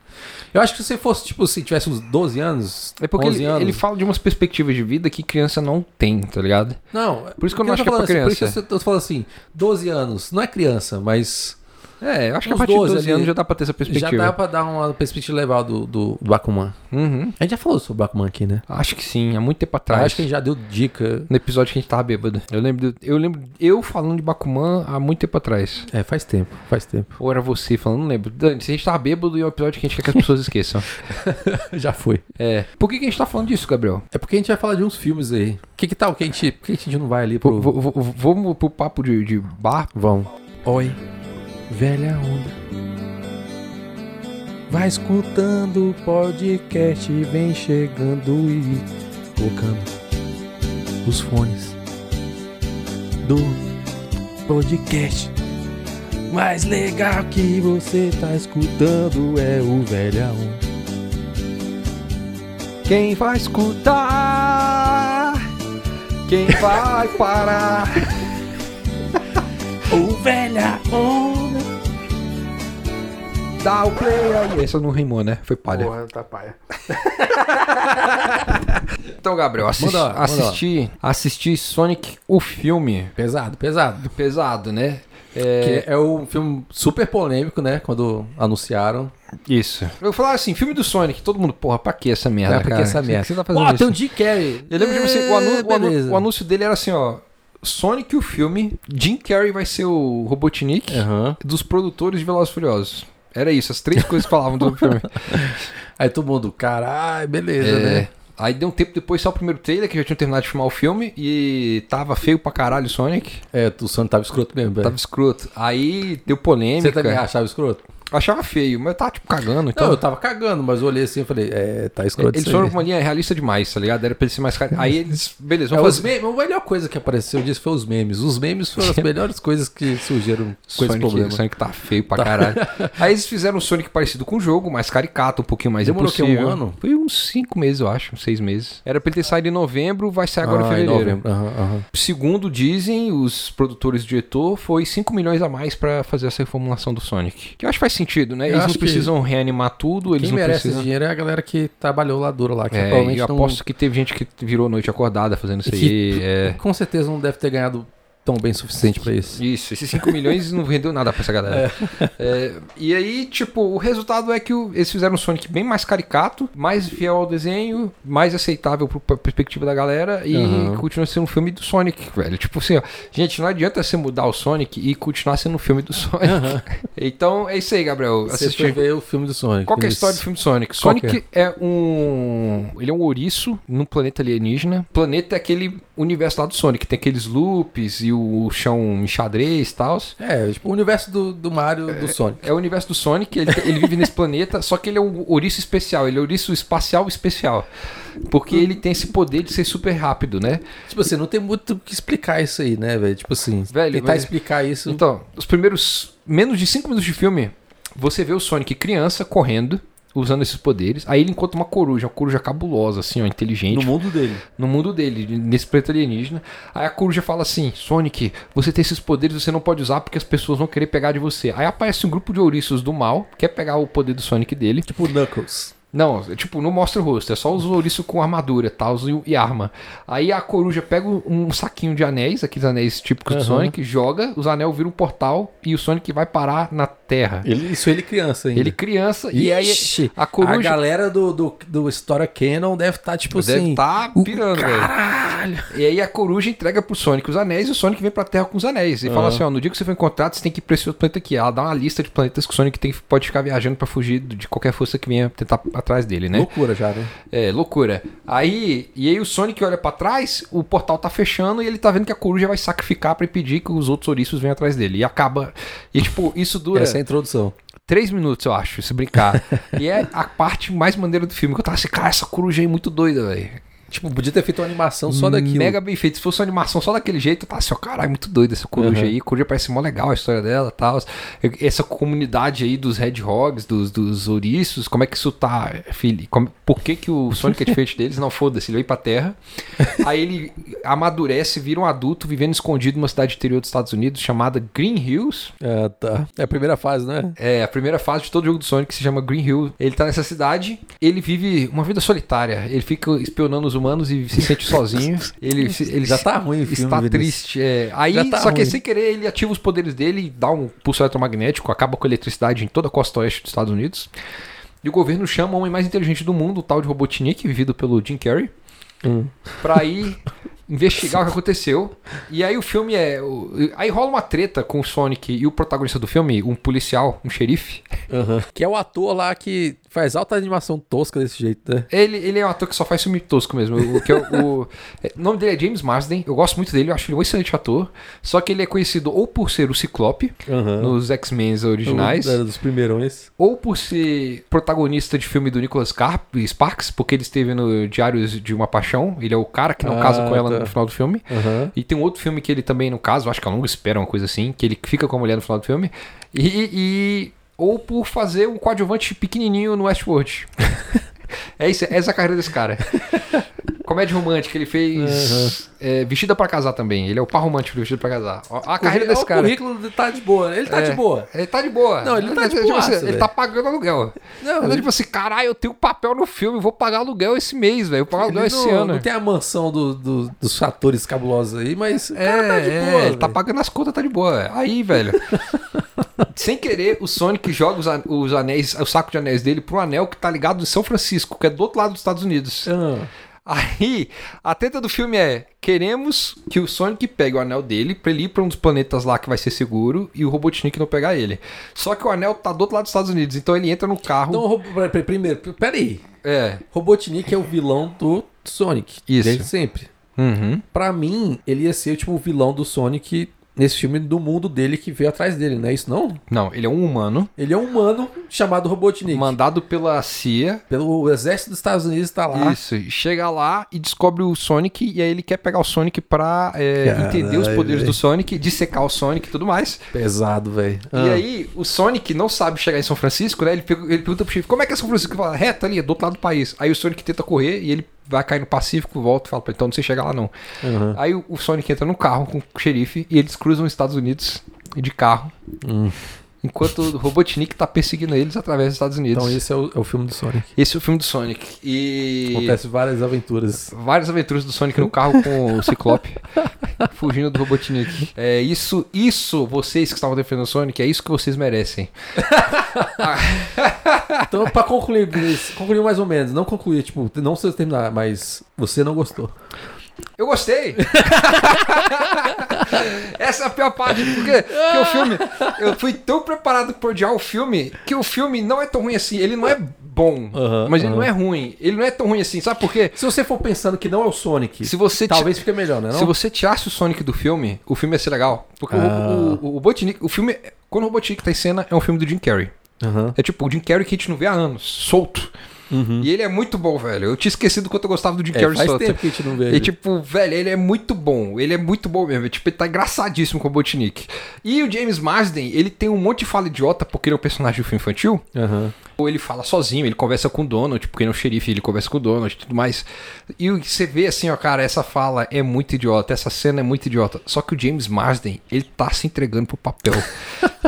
Speaker 2: Eu acho que se você fosse, tipo assim, tivesse uns 12 anos...
Speaker 1: É porque
Speaker 2: 11
Speaker 1: ele,
Speaker 2: anos,
Speaker 1: ele fala de umas perspectivas de vida que criança não tem, tá ligado?
Speaker 2: Não,
Speaker 1: Por isso que eu não acho
Speaker 2: tô
Speaker 1: que é pra
Speaker 2: falando assim, Por
Speaker 1: criança.
Speaker 2: isso que eu tô falando assim, 12 anos, não é criança, mas...
Speaker 1: É, eu acho que a
Speaker 2: Uns
Speaker 1: partir de 12
Speaker 2: 12 ali.
Speaker 1: anos já dá pra ter essa
Speaker 2: Já
Speaker 1: perspectiva.
Speaker 2: dá pra dar uma perspectiva legal do, do, do Bakuman.
Speaker 1: Uhum.
Speaker 2: A gente já falou sobre o Bakuman aqui, né?
Speaker 1: Acho que sim, há muito tempo
Speaker 2: Eu
Speaker 1: atrás.
Speaker 2: Acho que a gente já deu dica.
Speaker 1: No episódio que a gente tava bêbado. Eu lembro, do- eu lembro eu falando de Bakuman há muito tempo atrás.
Speaker 2: É, faz tempo, faz tempo.
Speaker 1: Ou era você falando, não lembro. Dani, se a gente tava bêbado e é um episódio que a gente quer que as pessoas esqueçam.
Speaker 2: já foi.
Speaker 1: É. Por que, que a gente tá falando disso, Gabriel?
Speaker 2: É porque a gente vai falar de uns filmes aí. Que que tal que a gente, por que a gente não vai ali pro...
Speaker 1: Pô, v- v- Vamos pro papo de, de bar?
Speaker 2: Vamos. Oi, velha onda. Vai escutando o podcast, vem chegando e colocando os fones do podcast. Mais legal que você tá escutando é o velha onda.
Speaker 1: Quem vai escutar? Quem vai parar?
Speaker 2: O velha onda.
Speaker 1: Dá o play aí. Essa não rimou, né? Foi palha.
Speaker 2: tá paia.
Speaker 1: Então, Gabriel, assis-
Speaker 2: Manda lá, manda lá.
Speaker 1: assisti, assisti Sonic, o filme.
Speaker 2: Pesado, pesado.
Speaker 1: Pesado, né? É,
Speaker 2: Que é um filme super polêmico, né? Quando anunciaram.
Speaker 1: Isso. Eu falava assim, filme do Sonic, todo mundo, porra, pra que essa merda,
Speaker 2: Ah, pra que
Speaker 1: cara?
Speaker 2: essa merda?
Speaker 1: O que você tá fazendo
Speaker 2: Ó,
Speaker 1: isso?
Speaker 2: tem o Jim Carrey.
Speaker 1: Eu lembro de você, o,
Speaker 2: É,
Speaker 1: anu- o anu-
Speaker 2: beleza.
Speaker 1: o anúncio dele era assim, ó, Sonic o filme, Jim Carrey vai ser o Robotnik
Speaker 2: Aham.
Speaker 1: dos produtores de Velozes e Furiosos. Era isso, as três coisas que falavam do filme.
Speaker 2: Aí todo mundo, caralho, beleza,
Speaker 1: É,
Speaker 2: né?
Speaker 1: Aí deu um tempo depois, só o primeiro trailer, que já tinham terminado de filmar o filme, e tava feio pra caralho o Sonic,
Speaker 2: É, o Sonic tava escroto mesmo, velho.
Speaker 1: tava escroto. Aí deu polêmica.
Speaker 2: Você também achava escroto?
Speaker 1: Achava feio, mas eu tava, tipo, cagando. Então...
Speaker 2: Não, eu tava cagando, mas eu olhei assim e falei, é, tá escroto
Speaker 1: Eles
Speaker 2: isso
Speaker 1: foram
Speaker 2: aí.
Speaker 1: pra uma linha realista demais, tá ligado? Era pra eles ser mais caros. Aí eles, beleza,
Speaker 2: É,
Speaker 1: vamos
Speaker 2: os
Speaker 1: fazer.
Speaker 2: memes, a melhor coisa que apareceu disso foi os memes. Os memes foram as melhores coisas que surgiram com esse
Speaker 1: Sonic,
Speaker 2: problema.
Speaker 1: Sonic tá feio pra caralho. Aí eles fizeram um Sonic parecido com o jogo, mais caricato, um pouquinho mais
Speaker 2: Demorou o quê, um
Speaker 1: impossível.
Speaker 2: ano?
Speaker 1: Foi uns cinco meses, eu acho, uns seis meses. Era pra ele ter saído em novembro, vai sair tá agora em
Speaker 2: Ah, em
Speaker 1: fevereiro.
Speaker 2: novembro. Aham, aham.
Speaker 1: Segundo dizem os produtores do diretor, foi 5 milhões a mais pra fazer essa reformulação do Sonic. Que eu acho que faz sentido, né?
Speaker 2: Eu
Speaker 1: Eles não
Speaker 2: acho que-
Speaker 1: precisam reanimar tudo, eles
Speaker 2: Quem
Speaker 1: não
Speaker 2: merece esse
Speaker 1: precisam.
Speaker 2: dinheiro é a galera que trabalhou lá duro lá, que
Speaker 1: É, e
Speaker 2: provavelmente
Speaker 1: eu
Speaker 2: não-
Speaker 1: aposto que teve gente que virou noite acordada fazendo isso aí.
Speaker 2: que
Speaker 1: é.
Speaker 2: com certeza não deve ter ganhado tão bem o suficiente pra isso.
Speaker 1: Isso, esses 5 milhões não vendeu nada pra essa galera. É, e aí, tipo, o resultado é que o- eles fizeram um Sonic bem mais caricato, mais fiel ao desenho, mais aceitável pro- pra perspectiva da galera e
Speaker 2: Aham.
Speaker 1: continua sendo um filme do Sonic, velho. Tipo assim, ó, gente, não adianta você mudar o Sonic e continuar sendo um filme do Sonic. Então é isso aí, Gabriel.
Speaker 2: Você foi
Speaker 1: Assistir.
Speaker 2: ver o filme do Sonic.
Speaker 1: Qual que é a
Speaker 2: Eles-
Speaker 1: história do filme do Sonic?
Speaker 2: Qual
Speaker 1: Sonic é um. Ele é um ouriço num planeta alienígena. O planeta é aquele universo lá do Sonic. Tem aqueles loops e o chão em xadrez e tal.
Speaker 2: É, tipo, o universo do, do Mario do Sonic.
Speaker 1: É o universo do Sonic, ele, ele vive nesse planeta, só que ele é um ouriço especial, ele é um ouriço espacial especial. Porque ele tem esse poder de ser super rápido, né?
Speaker 2: Tipo assim, não tem muito o que explicar isso aí, né, velho? Tipo assim,
Speaker 1: Velho,
Speaker 2: tentar
Speaker 1: mas-
Speaker 2: explicar isso.
Speaker 1: Então, os primeiros menos de 5 minutos de filme, você vê o Sonic criança correndo, usando esses poderes. Aí ele encontra uma coruja, uma coruja cabulosa, assim, ó, inteligente. No,
Speaker 2: mundo dele.
Speaker 1: mundo dele, nesse planeta alienígena. Aí a coruja fala assim: Sonic, você tem esses poderes, você não pode usar porque as pessoas vão querer pegar de você. Aí aparece um grupo de ouriços do mal, quer pegar o poder do Sonic dele.
Speaker 2: Tipo o Knuckles.
Speaker 1: Não, é, tipo, não mostra o rosto, é só os ouriços com armadura, tal, e, e arma. Aí a coruja pega um saquinho de anéis, aqueles anéis típicos do
Speaker 2: Aham.
Speaker 1: Sonic, joga, os anéis viram um portal e o Sonic vai parar na Terra.
Speaker 2: Ele, isso ele criança ainda.
Speaker 1: Ele criança e aí
Speaker 2: Ixi,
Speaker 1: a coruja
Speaker 2: A galera do, do, do História Canon deve estar, tipo
Speaker 1: deve
Speaker 2: assim.
Speaker 1: tá
Speaker 2: o
Speaker 1: pirando, velho.
Speaker 2: Caralho!
Speaker 1: E aí a coruja entrega pro Sonic os anéis e o Sonic vem pra Terra com os anéis. E fala
Speaker 2: Aham.
Speaker 1: assim, ó, no dia que você for encontrado, você tem que ir pra esse outro planeta aqui. Ela dá uma lista de planetas que o Sonic tem, pode ficar viajando pra fugir de qualquer força que venha tentar atrás dele, né?
Speaker 2: Loucura já, né?
Speaker 1: É, loucura. Aí, e aí o Sonic olha pra trás, o portal tá fechando e ele tá vendo que a coruja vai sacrificar pra impedir que os outros ouriços venham atrás dele. E acaba. E tipo, isso dura
Speaker 2: Essa é a introdução.
Speaker 1: três minutos, eu acho, se brincar. e é a parte mais maneira do filme, que eu tava assim, cara, essa coruja aí é muito doida, velho.
Speaker 2: Tipo, podia ter feito uma animação só daquilo.
Speaker 1: Hum. Mega bem feito. Se fosse uma animação só daquele jeito, tá assim, ó, caralho, muito doido essa coruja
Speaker 2: Uhum.
Speaker 1: aí. coruja parece mó legal a história dela e tal. Essa comunidade aí dos hedgehogs, dos, dos ouriços, como é que isso tá, filho? Como- por que que o Sonic é diferente deles? Não, foda-se, ele veio pra Terra. Aí ele amadurece, vira um adulto, vivendo escondido numa cidade interior dos Estados Unidos chamada Green Hills.
Speaker 2: Ah, tá. É a primeira fase, né?
Speaker 1: É, a primeira fase de todo jogo do Sonic se chama Green Hill. Ele tá nessa cidade, ele vive uma vida solitária. Ele fica espionando os humanos e se sente sozinho. Ele, se- ele
Speaker 2: Já
Speaker 1: se-
Speaker 2: tá ruim o filme,
Speaker 1: Está
Speaker 2: Vinícius.
Speaker 1: triste, é. Aí,
Speaker 2: Já tá
Speaker 1: só que
Speaker 2: ruim.
Speaker 1: sem querer, ele ativa os poderes dele, dá um pulso eletromagnético, acaba com a eletricidade em toda a costa oeste dos Estados Unidos. E o governo chama o homem mais inteligente do mundo, o tal de Robotnik, vivido pelo Jim Carrey,
Speaker 2: Hum.
Speaker 1: pra ir investigar o que aconteceu. E aí o filme é. o- Aí rola uma treta com o Sonic e o protagonista do filme, um policial, um xerife.
Speaker 2: Aham. Que é o ator lá que faz alta animação tosca desse jeito, né?
Speaker 1: Ele, ele é um ator que só faz filme tosco mesmo. O, que é o, o- é, o nome dele é James Marsden. Eu gosto muito dele, eu acho ele um excelente ator. Só que ele é conhecido ou por ser o Ciclope,
Speaker 2: Aham.
Speaker 1: nos X-Men originais,
Speaker 2: Era dos primeirões.
Speaker 1: ou por ser protagonista de filme do Nicholas Carp, Sparks, porque ele esteve no Diários de uma Paixão, ele é o cara que não
Speaker 2: Ah,
Speaker 1: casa com ela
Speaker 2: tá.
Speaker 1: no final do filme.
Speaker 2: Aham.
Speaker 1: E tem um outro filme que ele também não casa, eu acho que é Longo Espera, uma coisa assim, que ele fica com a mulher no final do filme. E, e- ou por fazer um coadjuvante pequenininho no Westworld. é isso, essa é a carreira desse cara. Comédia romântica, ele fez é, Vestida pra Casar também. Ele é o par romântico do Vestida pra Casar. Ó, A carreira
Speaker 2: Ó,
Speaker 1: desse
Speaker 2: O
Speaker 1: cara.
Speaker 2: currículo tá de boa. Ele tá
Speaker 1: É.
Speaker 2: de boa.
Speaker 1: Ele tá de boa.
Speaker 2: Não, ele tá de
Speaker 1: tipo
Speaker 2: boaça,
Speaker 1: assim, Ele
Speaker 2: velho.
Speaker 1: tá pagando aluguel.
Speaker 2: Não,
Speaker 1: Ele tá
Speaker 2: ele-
Speaker 1: tipo assim, caralho, eu tenho papel no filme, eu vou pagar aluguel esse mês, velho. Eu vou pagar aluguel
Speaker 2: Ele
Speaker 1: esse
Speaker 2: não,
Speaker 1: ano.
Speaker 2: não tem a mansão do- do- dos fatores cabulosos aí, mas o
Speaker 1: É,
Speaker 2: cara tá de
Speaker 1: é,
Speaker 2: boa.
Speaker 1: ele tá
Speaker 2: velho.
Speaker 1: pagando as contas, tá de boa. velho. Aí, velho. sem querer, o Sonic joga os, an- os anéis, o saco de anéis dele pro anel que tá ligado em São Francisco, que é do outro lado dos Estados Unidos.
Speaker 2: Ah.
Speaker 1: Aí, a tenta do filme é: queremos que o Sonic pegue o anel dele pra ele ir pra um dos planetas lá que vai ser seguro e o Robotnik não pegar ele. Só que o anel tá do outro lado dos Estados Unidos, então ele entra no carro.
Speaker 2: Então, Robo- pera- pera- primeiro, peraí.
Speaker 1: É.
Speaker 2: Robotnik é o vilão do Sonic.
Speaker 1: Isso.
Speaker 2: Desde sempre.
Speaker 1: Uhum.
Speaker 2: Pra mim, ele ia ser tipo o vilão do Sonic nesse filme do mundo dele que veio atrás dele, não é isso não?
Speaker 1: Não, ele é um humano
Speaker 2: Ele é um humano chamado Robotnik.
Speaker 1: mandado pela CIA.
Speaker 2: Pelo exército dos Estados Unidos tá lá.
Speaker 1: Isso, chega lá e descobre o Sonic, e aí ele quer pegar o Sonic pra é,
Speaker 2: Caralho,
Speaker 1: entender os poderes
Speaker 2: velho.
Speaker 1: do Sonic, dissecar o Sonic e tudo mais.
Speaker 2: Pesado, velho.
Speaker 1: E aí, o Sonic não sabe chegar em São Francisco, né? Ele, pergu- ele pergunta pro chefe, como é que é São Francisco? Ele fala, reto ali, é do outro lado do país. Aí o Sonic tenta correr e ele vai cair no Pacífico, volta e fala pra ele, então não sei chegar lá não.
Speaker 2: Aham.
Speaker 1: Aí o, o Sonic entra no carro com o xerife e eles cruzam os Estados Unidos de carro.
Speaker 2: Hum.
Speaker 1: Enquanto o Robotnik tá perseguindo eles através dos Estados Unidos.
Speaker 2: Então esse é o, é o filme do Sonic.
Speaker 1: Esse é o filme do Sonic. E...
Speaker 2: Acontece várias aventuras.
Speaker 1: Várias aventuras do Sonic no carro com o Ciclope, fugindo do Robotnik. É isso, isso, vocês que estavam defendendo o Sonic, é isso que vocês merecem.
Speaker 2: Então, pra concluir, Vinícius, concluir mais ou menos. Não concluir, tipo, não sei se terminar, mas você não gostou.
Speaker 1: Eu gostei! Essa é a pior parte, porque, porque o filme. Eu fui tão preparado pra odiar o filme que o filme não é tão ruim assim. Ele não é bom,
Speaker 2: Aham,
Speaker 1: mas ele
Speaker 2: aham.
Speaker 1: não é ruim. Ele não é tão ruim assim, sabe por quê?
Speaker 2: Se você for pensando que não é o Sonic,
Speaker 1: Se você ti-
Speaker 2: talvez fique melhor, né?
Speaker 1: Se
Speaker 2: Não?
Speaker 1: você tirasse o Sonic do filme, o filme ia ser legal. Porque o-
Speaker 2: Ah.
Speaker 1: o, o, Robotnik- o filme. Quando o Robotnik tá em cena, é um filme do Jim Carrey.
Speaker 2: Aham.
Speaker 1: É tipo o Jim Carrey que a gente não vê há anos, solto. E ele é muito bom, velho. Eu tinha esquecido quanto eu gostava do Jim
Speaker 2: Uhum. É,
Speaker 1: Carrey
Speaker 2: faz
Speaker 1: solto.
Speaker 2: tempo que a gente não vê.
Speaker 1: E tipo, velho, ele é muito bom. Ele é muito bom mesmo. Tipo, ele tá engraçadíssimo com o Botnik. E o James Marsden, ele tem um monte de fala idiota porque ele é um personagem do filme infantil.
Speaker 2: Aham.
Speaker 1: Ou ele fala sozinho, ele conversa com o Donald, porque ele é um xerife, ele conversa com o Donald e tudo mais. E o que você vê assim, ó, cara, essa fala é muito idiota, essa cena é muito idiota. Só que o James Marsden, ele tá se entregando pro papel.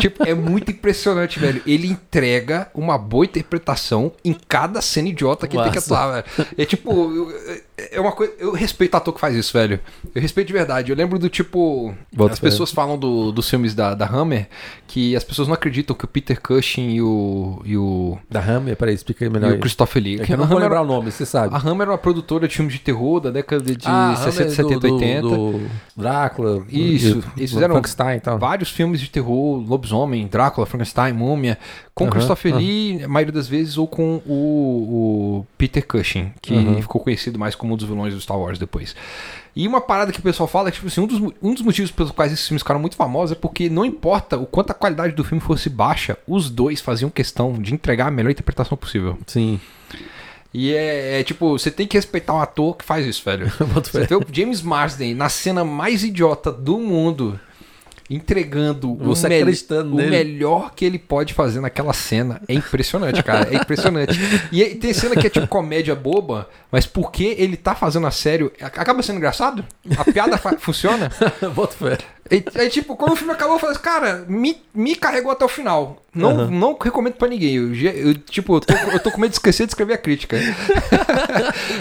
Speaker 1: tipo, é muito impressionante, velho. Ele entrega uma boa interpretação em cada cena idiota que ele tem que
Speaker 2: Massa.
Speaker 1: atuar, velho. É tipo, eu- é uma coisa. Eu respeito ator que faz isso, velho. Eu respeito de verdade. Eu lembro do tipo.
Speaker 2: Bota
Speaker 1: as
Speaker 2: fé.
Speaker 1: pessoas pessoas falam do- dos filmes da, da Hammer que as pessoas não acreditam que o Peter Cushing e o, e o,
Speaker 2: Da Hammer, peraí, explica aí
Speaker 1: e
Speaker 2: melhor.
Speaker 1: o
Speaker 2: aí.
Speaker 1: Christopher Lee.
Speaker 2: É que eu não
Speaker 1: a,
Speaker 2: vou
Speaker 1: Hammer, Ah,
Speaker 2: lembrar o nome, você sabe.
Speaker 1: a Hammer era uma produtora de filmes de terror da década de
Speaker 2: Ah, a
Speaker 1: 60,
Speaker 2: Hammer
Speaker 1: 70,
Speaker 2: do-
Speaker 1: 80.
Speaker 2: Do, tá. do Drácula. do-
Speaker 1: Isso, um.
Speaker 2: do-
Speaker 1: eles
Speaker 2: do
Speaker 1: fizeram-
Speaker 2: Frankenstein e tal.
Speaker 1: Vários filmes de terror, Lobisomem, Drácula, Frankenstein, Múmia, com o
Speaker 2: Aham,
Speaker 1: Christopher
Speaker 2: aham.
Speaker 1: Lee, a maioria das vezes, ou com o, o Peter Cushing, que
Speaker 2: Aham.
Speaker 1: ficou conhecido mais como um dos vilões do Star Wars depois. E uma parada que o pessoal fala é que, tipo assim, um dos, mo- um dos motivos pelos quais esses filmes ficaram muito famosos é porque não importa o quanto a qualidade do filme fosse baixa, os dois faziam questão de entregar a melhor interpretação possível.
Speaker 2: Sim.
Speaker 1: E é, é, tipo, você tem que respeitar um ator que faz isso, velho.
Speaker 2: Boto fé.
Speaker 1: Você vê o James Marsden na cena mais idiota do mundo entregando
Speaker 2: Você
Speaker 1: o, mel-
Speaker 2: acreditando
Speaker 1: o
Speaker 2: nele.
Speaker 1: melhor que ele pode fazer naquela cena. É impressionante, cara. É impressionante. E aí tem cena que é tipo comédia boba, mas porque ele tá fazendo a sério, a- acaba sendo engraçado? A piada fa- funciona?
Speaker 2: Boto fé.
Speaker 1: É, é tipo, quando o filme acabou, eu falei assim, cara, me, me carregou até o final. Não, não recomendo pra ninguém. Eu, já- eu, tipo, eu tô, eu tô com medo de esquecer de escrever a crítica.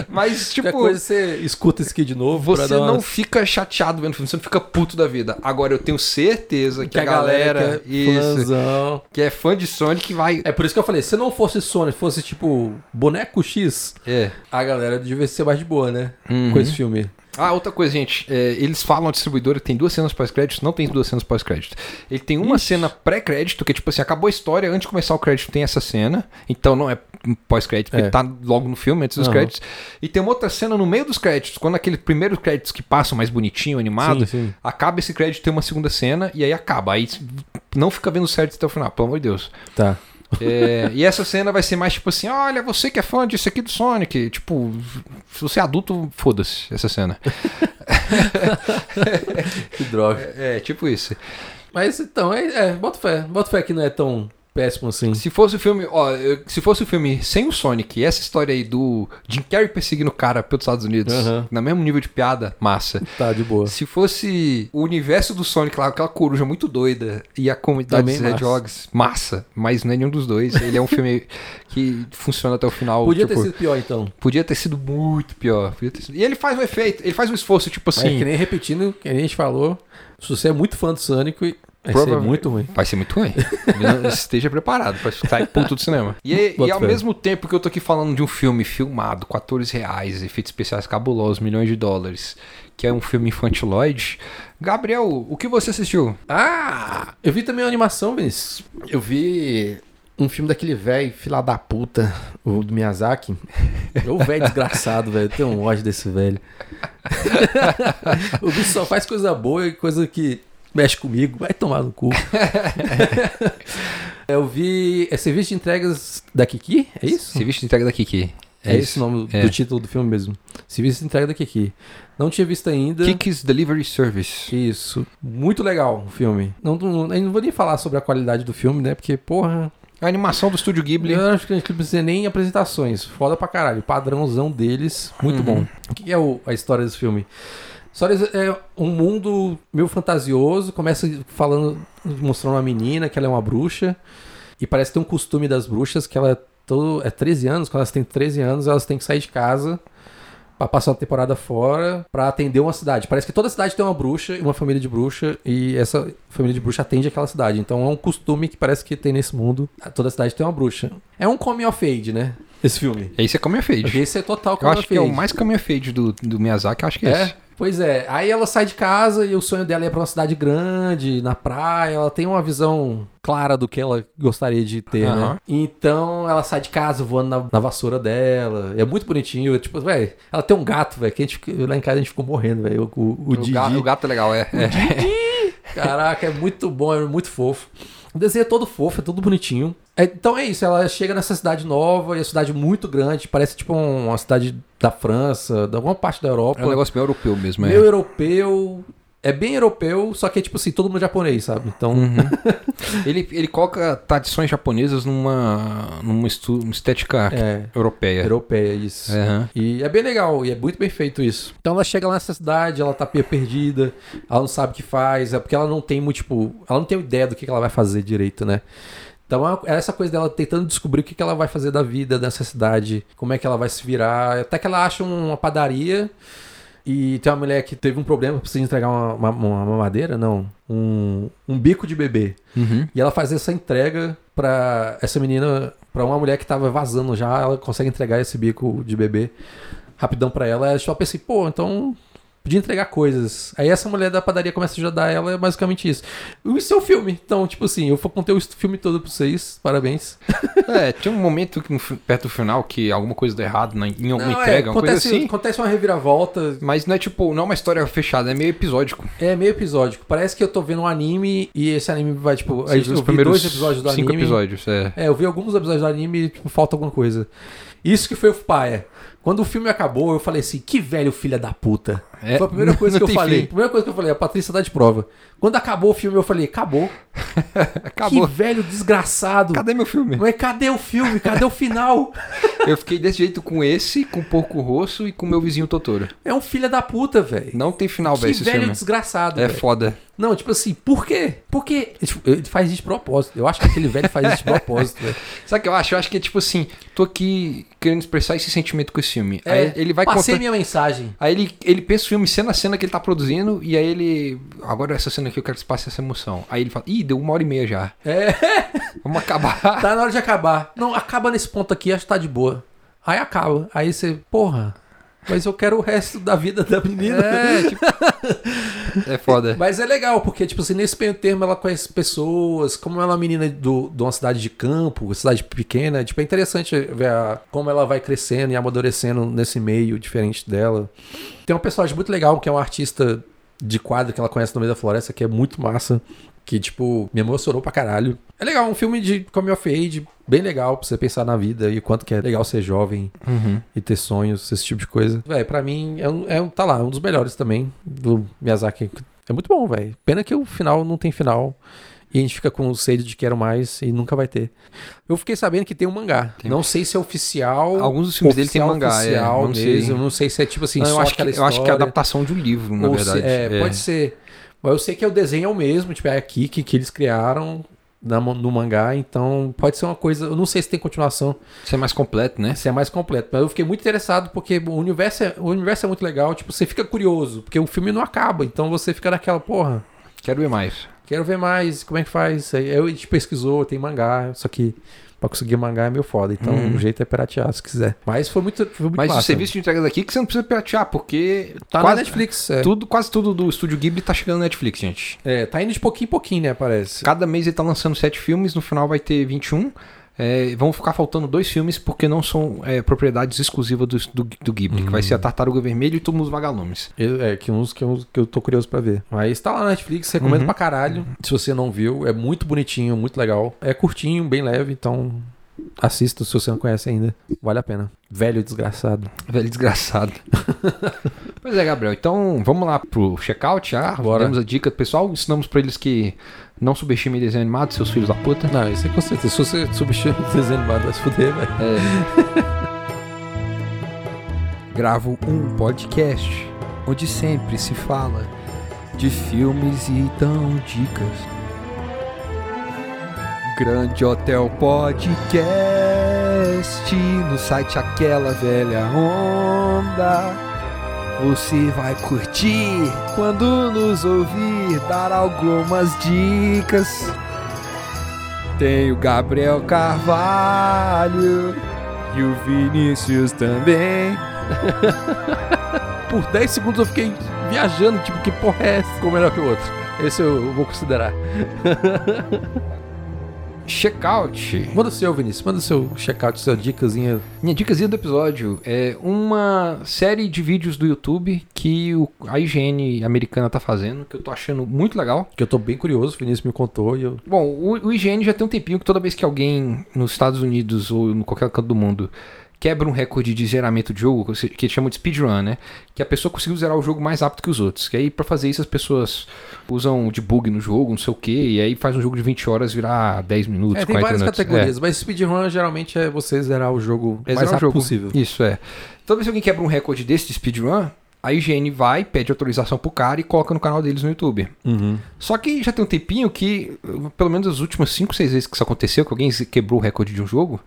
Speaker 1: mas, tipo.
Speaker 2: Qualquer coisa você escuta isso aqui de novo. pra
Speaker 1: Você
Speaker 2: dar uma-
Speaker 1: não fica chateado vendo o filme, você não fica puto da vida. Agora eu tenho certeza que, a galera,
Speaker 2: que é
Speaker 1: isso,
Speaker 2: fãzão.
Speaker 1: que é fã de Sonic vai.
Speaker 2: É por isso que eu falei, se não fosse Sonic, fosse tipo boneco X,
Speaker 1: É.
Speaker 2: a galera devia ser mais de boa, né? Com esse filme.
Speaker 1: Ah, outra coisa, gente. é, eles falam a distribuidora tem duas cenas pós-créditos, não tem duas cenas pós-crédito. Ele tem uma cena pré-crédito, que é tipo assim, acabou a história, antes de começar o crédito tem essa cena. Então não é pós-crédito, porque
Speaker 2: É.
Speaker 1: tá logo no filme, antes dos
Speaker 2: Aham.
Speaker 1: créditos. E tem uma outra cena no meio dos créditos, quando aqueles primeiros créditos que passam mais bonitinho, animado,
Speaker 2: sim.
Speaker 1: Acaba esse crédito, tem uma segunda cena e aí acaba. Aí não fica vendo certo até o final, pelo amor de Deus.
Speaker 2: Tá.
Speaker 1: É, e essa cena vai ser mais tipo assim: olha, você que é fã disso aqui do Sonic. Tipo, se você é adulto, foda-se essa cena.
Speaker 2: Que droga.
Speaker 1: É, tipo isso.
Speaker 2: Mas então, é, é, bota fé. Bota fé que não é tão péssimo assim.
Speaker 1: Se fosse o filme, ó, eu- se fosse o filme sem o Sonic, e essa história aí do Jim Carrey perseguindo o cara pelos Estados Unidos,
Speaker 2: Aham.
Speaker 1: na mesmo nível de piada, massa.
Speaker 2: Tá, de boa.
Speaker 1: Se fosse o universo do Sonic lá, aquela coruja muito doida e a comunidade
Speaker 2: Também
Speaker 1: dos
Speaker 2: massa.
Speaker 1: Hedgehogs, massa, mas não é nenhum dos dois. Ele é um filme que funciona até o final.
Speaker 2: Podia
Speaker 1: tipo,
Speaker 2: ter sido pior então.
Speaker 1: podia ter sido muito pior. podia ter sido- E ele faz um efeito, ele faz um esforço, tipo
Speaker 2: Mas
Speaker 1: assim.
Speaker 2: É que nem repetindo, que nem a gente falou, se você é muito fã do Sonic, vai ser
Speaker 1: Provavelmente-
Speaker 2: muito ruim.
Speaker 1: Vai ser muito ruim. Esteja preparado pra sair puto do cinema. E, e
Speaker 2: Bota
Speaker 1: ao
Speaker 2: fé.
Speaker 1: mesmo tempo que eu tô aqui falando de um filme filmado com atores reais, efeitos especiais cabulosos, milhões de dólares, que é um filme infantiloide, Gabriel, o que você assistiu?
Speaker 2: Ah! Eu vi também a animação, Vinícius.
Speaker 3: Eu vi um filme daquele velho, fila da puta, o do Miyazaki.
Speaker 2: Ô, velho É desgraçado, velho. Eu tenho um ódio desse velho. o bicho só faz coisa boa e coisa que mexe comigo, vai tomar no cu. eu vi. É serviço de entregas da Kiki? É isso?
Speaker 1: Serviço de entrega da Kiki.
Speaker 2: É, esse o nome
Speaker 1: É.
Speaker 2: do título do filme mesmo. Serviço de entrega da Kiki. Não tinha visto ainda.
Speaker 1: Kiki's Delivery Service.
Speaker 2: Isso. Muito legal o filme. Não, não, eu não vou nem falar sobre a qualidade do filme, né? Porque, porra.
Speaker 1: A animação do estúdio Ghibli.
Speaker 2: Eu acho que a gente não precisa nem apresentações. Foda pra caralho. Padrãozão deles. Muito
Speaker 1: Uhum.
Speaker 2: bom. O que é o- a história desse filme? A História é um mundo meio fantasioso. Começa falando, mostrando uma menina que ela é uma bruxa. E parece ter um costume das bruxas que ela é, todo, é 13 anos. Quando elas têm 13 anos, elas têm que sair de casa pra passar uma temporada fora pra atender uma cidade. Parece que toda cidade tem uma bruxa e uma família de bruxa e essa família de bruxa atende aquela cidade. Então é um costume que parece que tem nesse mundo. Toda cidade tem uma bruxa. É um coming of age, né? Esse filme.
Speaker 1: Esse é Coming of Age.
Speaker 2: Esse é total
Speaker 1: Eu
Speaker 2: coming
Speaker 1: acho
Speaker 2: of
Speaker 1: que é o
Speaker 2: age.
Speaker 1: mais Coming of Age do, do Miyazaki, eu acho que é,
Speaker 2: É,
Speaker 1: esse.
Speaker 2: pois é. Aí ela sai de casa e o sonho dela é ir pra uma cidade grande, na praia. Ela tem uma visão clara do que ela gostaria de ter,
Speaker 1: Aham.
Speaker 2: né? Então ela sai de casa voando na, na vassoura dela. É muito bonitinho. É Tipo, velho, ela tem um gato, velho, que a gente, fica- lá em casa a gente ficou morrendo, velho. O, o, o Didi.
Speaker 1: ga- o gato é legal, é. é.
Speaker 2: Caraca, é muito bom, é muito fofo. O desenho é todo fofo, é todo bonitinho. É, então é isso, ela chega nessa cidade nova, e é uma cidade muito grande, parece tipo um- uma cidade da França, de alguma parte da Europa.
Speaker 1: É um negócio meio europeu mesmo, é.
Speaker 2: Meio europeu. É bem europeu, só que é tipo assim, todo mundo japonês, sabe? Então,
Speaker 1: Ele, ele coloca tradições japonesas numa, numa estu- uma estética
Speaker 2: é.
Speaker 1: europeia.
Speaker 2: Europeia, isso.
Speaker 1: Aham.
Speaker 2: E é bem legal, e é muito bem feito isso. Então ela chega lá nessa cidade, ela tá meio perdida, ela não sabe o que faz, é porque ela não tem muito, tipo, ela não tem ideia do que que ela vai fazer direito, né? Então é uma- é essa coisa dela tentando descobrir o que que ela vai fazer da vida nessa cidade, como é que ela vai se virar, até que ela acha um, uma padaria e tem uma mulher que teve um problema, precisa entregar uma, uma, uma madeira, não, um, um bico de bebê.
Speaker 1: Uhum.
Speaker 2: E ela faz essa entrega pra essa menina, pra uma mulher que tava vazando já, ela consegue entregar esse bico de bebê rapidão pra ela. Eu só pensei, pô, então podia entregar coisas. Aí essa mulher da padaria começa a ajudar ela, é basicamente isso. Isso é o filme. Então, tipo assim, eu vou contar o filme todo pra vocês, parabéns.
Speaker 1: É, tinha um momento que no fi- perto do final que alguma coisa deu errado na, em alguma
Speaker 2: Não, é,
Speaker 1: Então entrega, uma coisa
Speaker 2: acontece,
Speaker 1: assim.
Speaker 2: acontece uma reviravolta,
Speaker 1: Mas não é tipo, não é uma história fechada, é meio episódico.
Speaker 2: é meio episódico. Parece que eu tô vendo um anime e esse anime vai, tipo,
Speaker 1: Você
Speaker 2: aí
Speaker 1: viu
Speaker 2: eu vi dois episódios do
Speaker 1: cinco
Speaker 2: anime.
Speaker 1: episódios, é.
Speaker 2: É, eu vi alguns episódios do anime e tipo, falta alguma coisa. Isso que foi o paia. Quando o filme acabou, eu falei assim, que velho filha da puta.
Speaker 1: É,
Speaker 2: foi a primeira
Speaker 1: não-
Speaker 2: coisa
Speaker 1: não
Speaker 2: que
Speaker 1: tem
Speaker 2: eu falei.
Speaker 1: fim.
Speaker 2: Primeira coisa que eu falei, a Patrícia tá de prova. Quando acabou o filme, eu falei, acabou.
Speaker 1: Acabou.
Speaker 2: É Que velho desgraçado.
Speaker 1: Cadê meu filme?
Speaker 2: Mas cadê o filme? Cadê o final?
Speaker 1: Eu fiquei desse jeito com esse, com o Porco Rosso e com o meu vizinho Totoro.
Speaker 2: É um filho da puta, velho.
Speaker 1: Não tem final,
Speaker 2: Que
Speaker 1: velho, esse
Speaker 2: velho
Speaker 1: filme.
Speaker 2: desgraçado,
Speaker 1: É
Speaker 2: velho.
Speaker 1: foda.
Speaker 2: Não, tipo assim, por quê? Porque ele faz isso de propósito. Eu acho que aquele velho faz isso de propósito, velho.
Speaker 1: Sabe o que eu acho? Eu acho que é tipo assim, tô aqui querendo expressar esse sentimento com esse filme. aí ele vai
Speaker 2: É, passei
Speaker 1: contar...
Speaker 2: minha mensagem.
Speaker 1: Aí ele, ele pensa o filme cena a cena que ele tá produzindo, e aí ele. Agora essa cena aqui eu quero que se passe essa emoção. Aí ele fala, ih, deu uma hora e meia já.
Speaker 2: É.
Speaker 1: Vamos acabar.
Speaker 2: Tá na hora de acabar. Não, acaba nesse ponto aqui, acho que tá de boa. Aí acaba. Aí você, porra, mas eu quero o resto da vida da menina.
Speaker 1: É, tipo... é foda.
Speaker 2: Mas é legal, porque, tipo assim, nesse meio termo ela conhece pessoas, como ela é uma menina do, de uma cidade de campo, cidade pequena, tipo, é interessante ver a- como ela vai crescendo e amadurecendo nesse meio diferente dela. Tem um personagem muito legal, que é um artista de quadro que ela conhece no meio da floresta, que é muito massa, que, tipo, me emocionou pra caralho. É legal, é um filme de coming of age, bem legal pra você pensar na vida e o quanto que é legal ser jovem
Speaker 1: Uhum.
Speaker 2: e ter sonhos, esse tipo de coisa. Véi, pra mim, é um, é um- tá lá, um dos melhores também do Miyazaki. É muito bom, velho. Pena que o final não tem final. E a gente fica com sede de quero mais e nunca vai ter. Eu fiquei sabendo que tem um mangá.
Speaker 1: Tem.
Speaker 2: Não sei se é oficial.
Speaker 1: Alguns dos filmes dele tem
Speaker 2: oficial,
Speaker 1: mangá, é,
Speaker 2: oficial
Speaker 1: não sei.
Speaker 2: mesmo. Não sei se é tipo assim,
Speaker 1: Não, eu,
Speaker 2: só
Speaker 1: acho que,
Speaker 2: aquela
Speaker 1: eu acho que é a
Speaker 2: história.
Speaker 1: adaptação de um livro, na
Speaker 2: Ou se-
Speaker 1: verdade.
Speaker 2: é, pode ser. Mas eu sei que é o desenho é o mesmo, tipo, é a Kiki que eles criaram na, no mangá, então pode ser uma coisa. Eu não sei se tem continuação.
Speaker 1: ser mais completo, né?
Speaker 2: Esse é mais completo. Mas eu fiquei muito interessado porque o universo é, o universo é muito legal. Tipo, você fica curioso, porque o filme não acaba. Então você fica naquela, porra,
Speaker 1: Quero ver mais.
Speaker 2: quero ver mais, como é que faz? Aí a gente pesquisou, tem mangá, só que pra conseguir mangá é meio foda. Então
Speaker 1: Uhum.
Speaker 2: o jeito é piratear, se quiser. Mas foi muito, foi muito
Speaker 1: Mas
Speaker 2: massa.
Speaker 1: o serviço de entrega daqui que você não precisa piratear, porque
Speaker 2: tá
Speaker 1: quase,
Speaker 2: na Netflix. É.
Speaker 1: Tudo, quase tudo do estúdio Ghibli tá chegando na Netflix, gente.
Speaker 2: É, tá indo de pouquinho em pouquinho, né? Parece.
Speaker 1: Cada mês ele tá lançando sete filmes, no final vai ter 21. É, vão ficar faltando dois filmes porque não são é, propriedades exclusivas do, do, do Ghibli, que vai ser a Tartaruga Vermelha e Túmulo dos Vagalumes.
Speaker 2: Eu- É, que uns, que uns que eu tô curioso pra ver. Mas tá lá na Netflix, recomendo
Speaker 1: Uhum.
Speaker 2: pra caralho. Se você não viu, é muito bonitinho, muito legal. É curtinho, bem leve, então assista se você não conhece ainda. Vale a pena. Velho desgraçado.
Speaker 1: Velho desgraçado. pois é, Gabriel. Então, vamos lá pro checkout já.
Speaker 2: Bora.
Speaker 1: Demos a dica do pessoal. Ensinamos pra eles que não subestimem desenho animado, seus filhos da puta.
Speaker 2: Não, isso é com certeza. Se você substituir o desenho animado, vai se fuder, velho.
Speaker 1: É. Gravo um podcast onde sempre se fala de filmes e dão dicas. Grande Hotel Podcast no site Aquela Velha Onda. Você vai curtir quando nos ouvir dar algumas dicas. Tem o Gabriel Carvalho e o Vinícius também.
Speaker 2: Por 10 segundos eu fiquei viajando, tipo, que porra é essa? Ficou melhor que o outro. Esse eu vou considerar.
Speaker 1: Checkout.
Speaker 2: Manda o seu, Vinícius. Manda o seu check-out, sua dicasinha.
Speaker 1: Minha dicasinha do episódio é uma série de vídeos do YouTube que o- a IGN americana tá fazendo, que eu tô achando muito legal.
Speaker 2: Que eu tô bem curioso, o Vinícius me contou e eu.
Speaker 1: Bom, o, o IGN já tem um tempinho que toda vez que alguém nos Estados Unidos ou em qualquer canto do mundo quebra um recorde de zeramento de jogo, que se- que eles chamam de speedrun, né? Que a pessoa conseguiu zerar o jogo mais rápido que os outros. Que aí pra fazer isso as pessoas usam de bug no jogo, não sei o quê, e aí faz um jogo de 20 horas virar 10 minutos,
Speaker 2: É,
Speaker 1: 40
Speaker 2: tem várias
Speaker 1: minutos.
Speaker 2: categorias, mas speedrun geralmente é você zerar o jogo o mais
Speaker 1: zerar o
Speaker 2: rápido
Speaker 1: um jogo.
Speaker 2: um possível.
Speaker 1: Isso é. Toda vez que alguém quebra um recorde desse de speedrun, a IGN vai, pede autorização pro cara e coloca no canal deles no YouTube.
Speaker 2: Uhum.
Speaker 1: Só que já tem um tempinho que, pelo menos as últimas 5, 6 vezes que isso aconteceu, que alguém quebrou o recorde de um jogo,